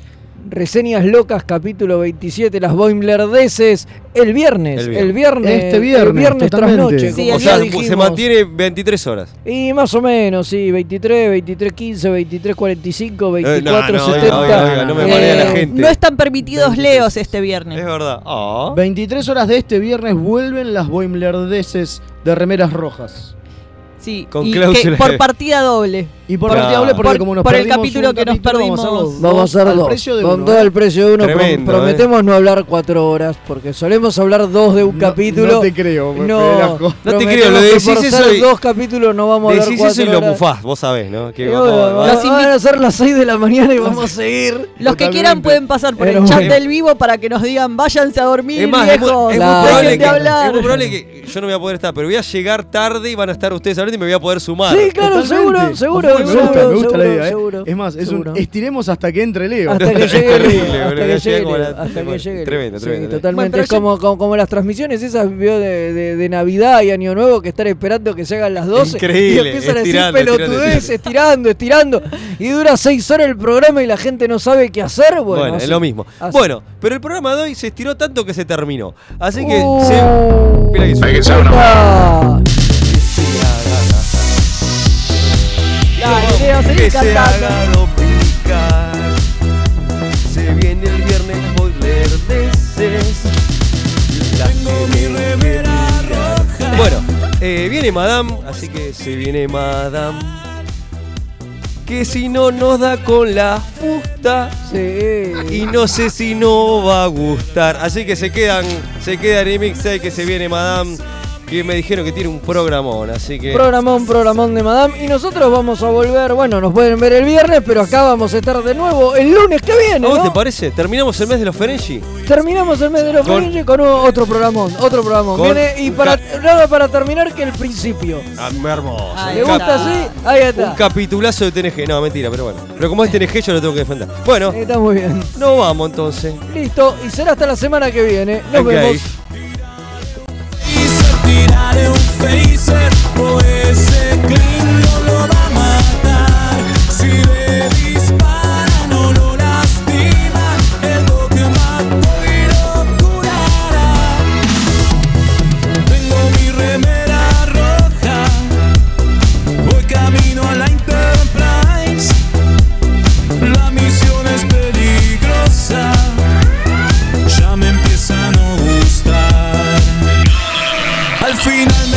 Reseñas locas, capítulo 27, las Boimlerdeces, el viernes, El el viernes. viernes, Este el viernes, viernes tras totalmente. noche. como o ya sea, dijimos. se mantiene 23 horas. Y más o menos, sí, 23, 23, 15, 23, 45, 24, Eh, no, oiga, 70. oiga, no me marea Eh, la gente. No están permitidos leos este viernes. Es verdad. Oh. Ah. 23 horas de este viernes vuelven las Boimlerdeces de Remeras Rojas. Sí, Con y cláusula que de- por partida doble. Y por Claro. partida doble, porque Por- como nos por el perdimos capítulo un que nos capítulo, vamos a hacer los Vamos a hacer al dos. precio de con uno, todo ¿eh? el precio de uno. pro- Tremendo, ¿eh? prometemos no hablar cuatro horas, porque solemos hablar dos de un capítulo. No te creo, me- me la No, jo- No te prometemos creo, lo que decís por eso ser y- dos capítulos no vamos a hablar Decís cuatro eso y lo horas. mufás, vos sabés, ¿no? Que Y vamos- obvio, va- van a ser las 6 de la mañana y vamos a seguir. Los que quieran pueden pasar por el Pero chat bueno. del vivo para que nos digan váyanse a dormir, Es más, es muy, es viejos. muy dejen probable de que, hablar. es muy probable que yo no voy a poder estar, pero voy a llegar tarde y van a estar ustedes hablando y me voy a poder sumar. Sí, claro, seguro, Totalmente. seguro, Me gusta, seguro, me gusta seguro, la idea, ¿eh? seguro, Es más, es seguro. un estiremos hasta que entre Leo. Hasta que llegue el terrible, día, boludo, hasta llega que llegue el como día, la- hasta que llegue el Tremendo, día. Sí, tremendo. Totalmente, Bueno, es pero como, como, como las transmisiones esas vio de, de, de Navidad y Año Nuevo que están esperando que salgan las 12 y Increíble, empiezan estirando, a decir estirando, pelotudez, estirando, estirando y dura 6 horas el programa y la gente no sabe qué hacer, bueno. Bueno, es así- lo mismo. así. Bueno, pero el programa de hoy se estiró tanto que se terminó. Así que Uh. se. Mira que suena. Ah, Dale, Leo, seguí que se cantando. haga dominica. Se viene el viernes boiler de ses. La tiene que brincar. Bueno, eh, viene Madame, así que se viene Madame. Que si no nos da con la fusta. Y no sé si no va a gustar. Así que se quedan, se quedan en Mixtape que se viene Madame. Que me dijeron que tiene un programón, así que. Programón, programón de Madame. Y nosotros vamos a volver. Bueno, nos pueden ver el viernes, pero acá vamos a estar de nuevo el lunes que viene. ¿A vos ¿no? Oh, te parece? ¿Terminamos el mes de los Ferengi? Terminamos el mes de los Con- Fringe con o- otro programón, otro programón. Con Viene y un para ca- nada para terminar que el principio. hermoso. ¿Le gusta así? Ahí está. Un capitulazo de TNG. No, mentira, pero bueno. Pero como es TNG, yo lo tengo que defender. Bueno, Está muy bien. nos vamos entonces. Listo, y será hasta la semana que viene. Nos Ok. vemos. Tiraré un phaser, por ese clean no lo va a matar. Si le dispara, no lo lastima. El que mató y lo curará. Tengo mi remera roja, voy camino a la Enterprise. La misión es peligrosa, ya me empieza a no gustar. Al final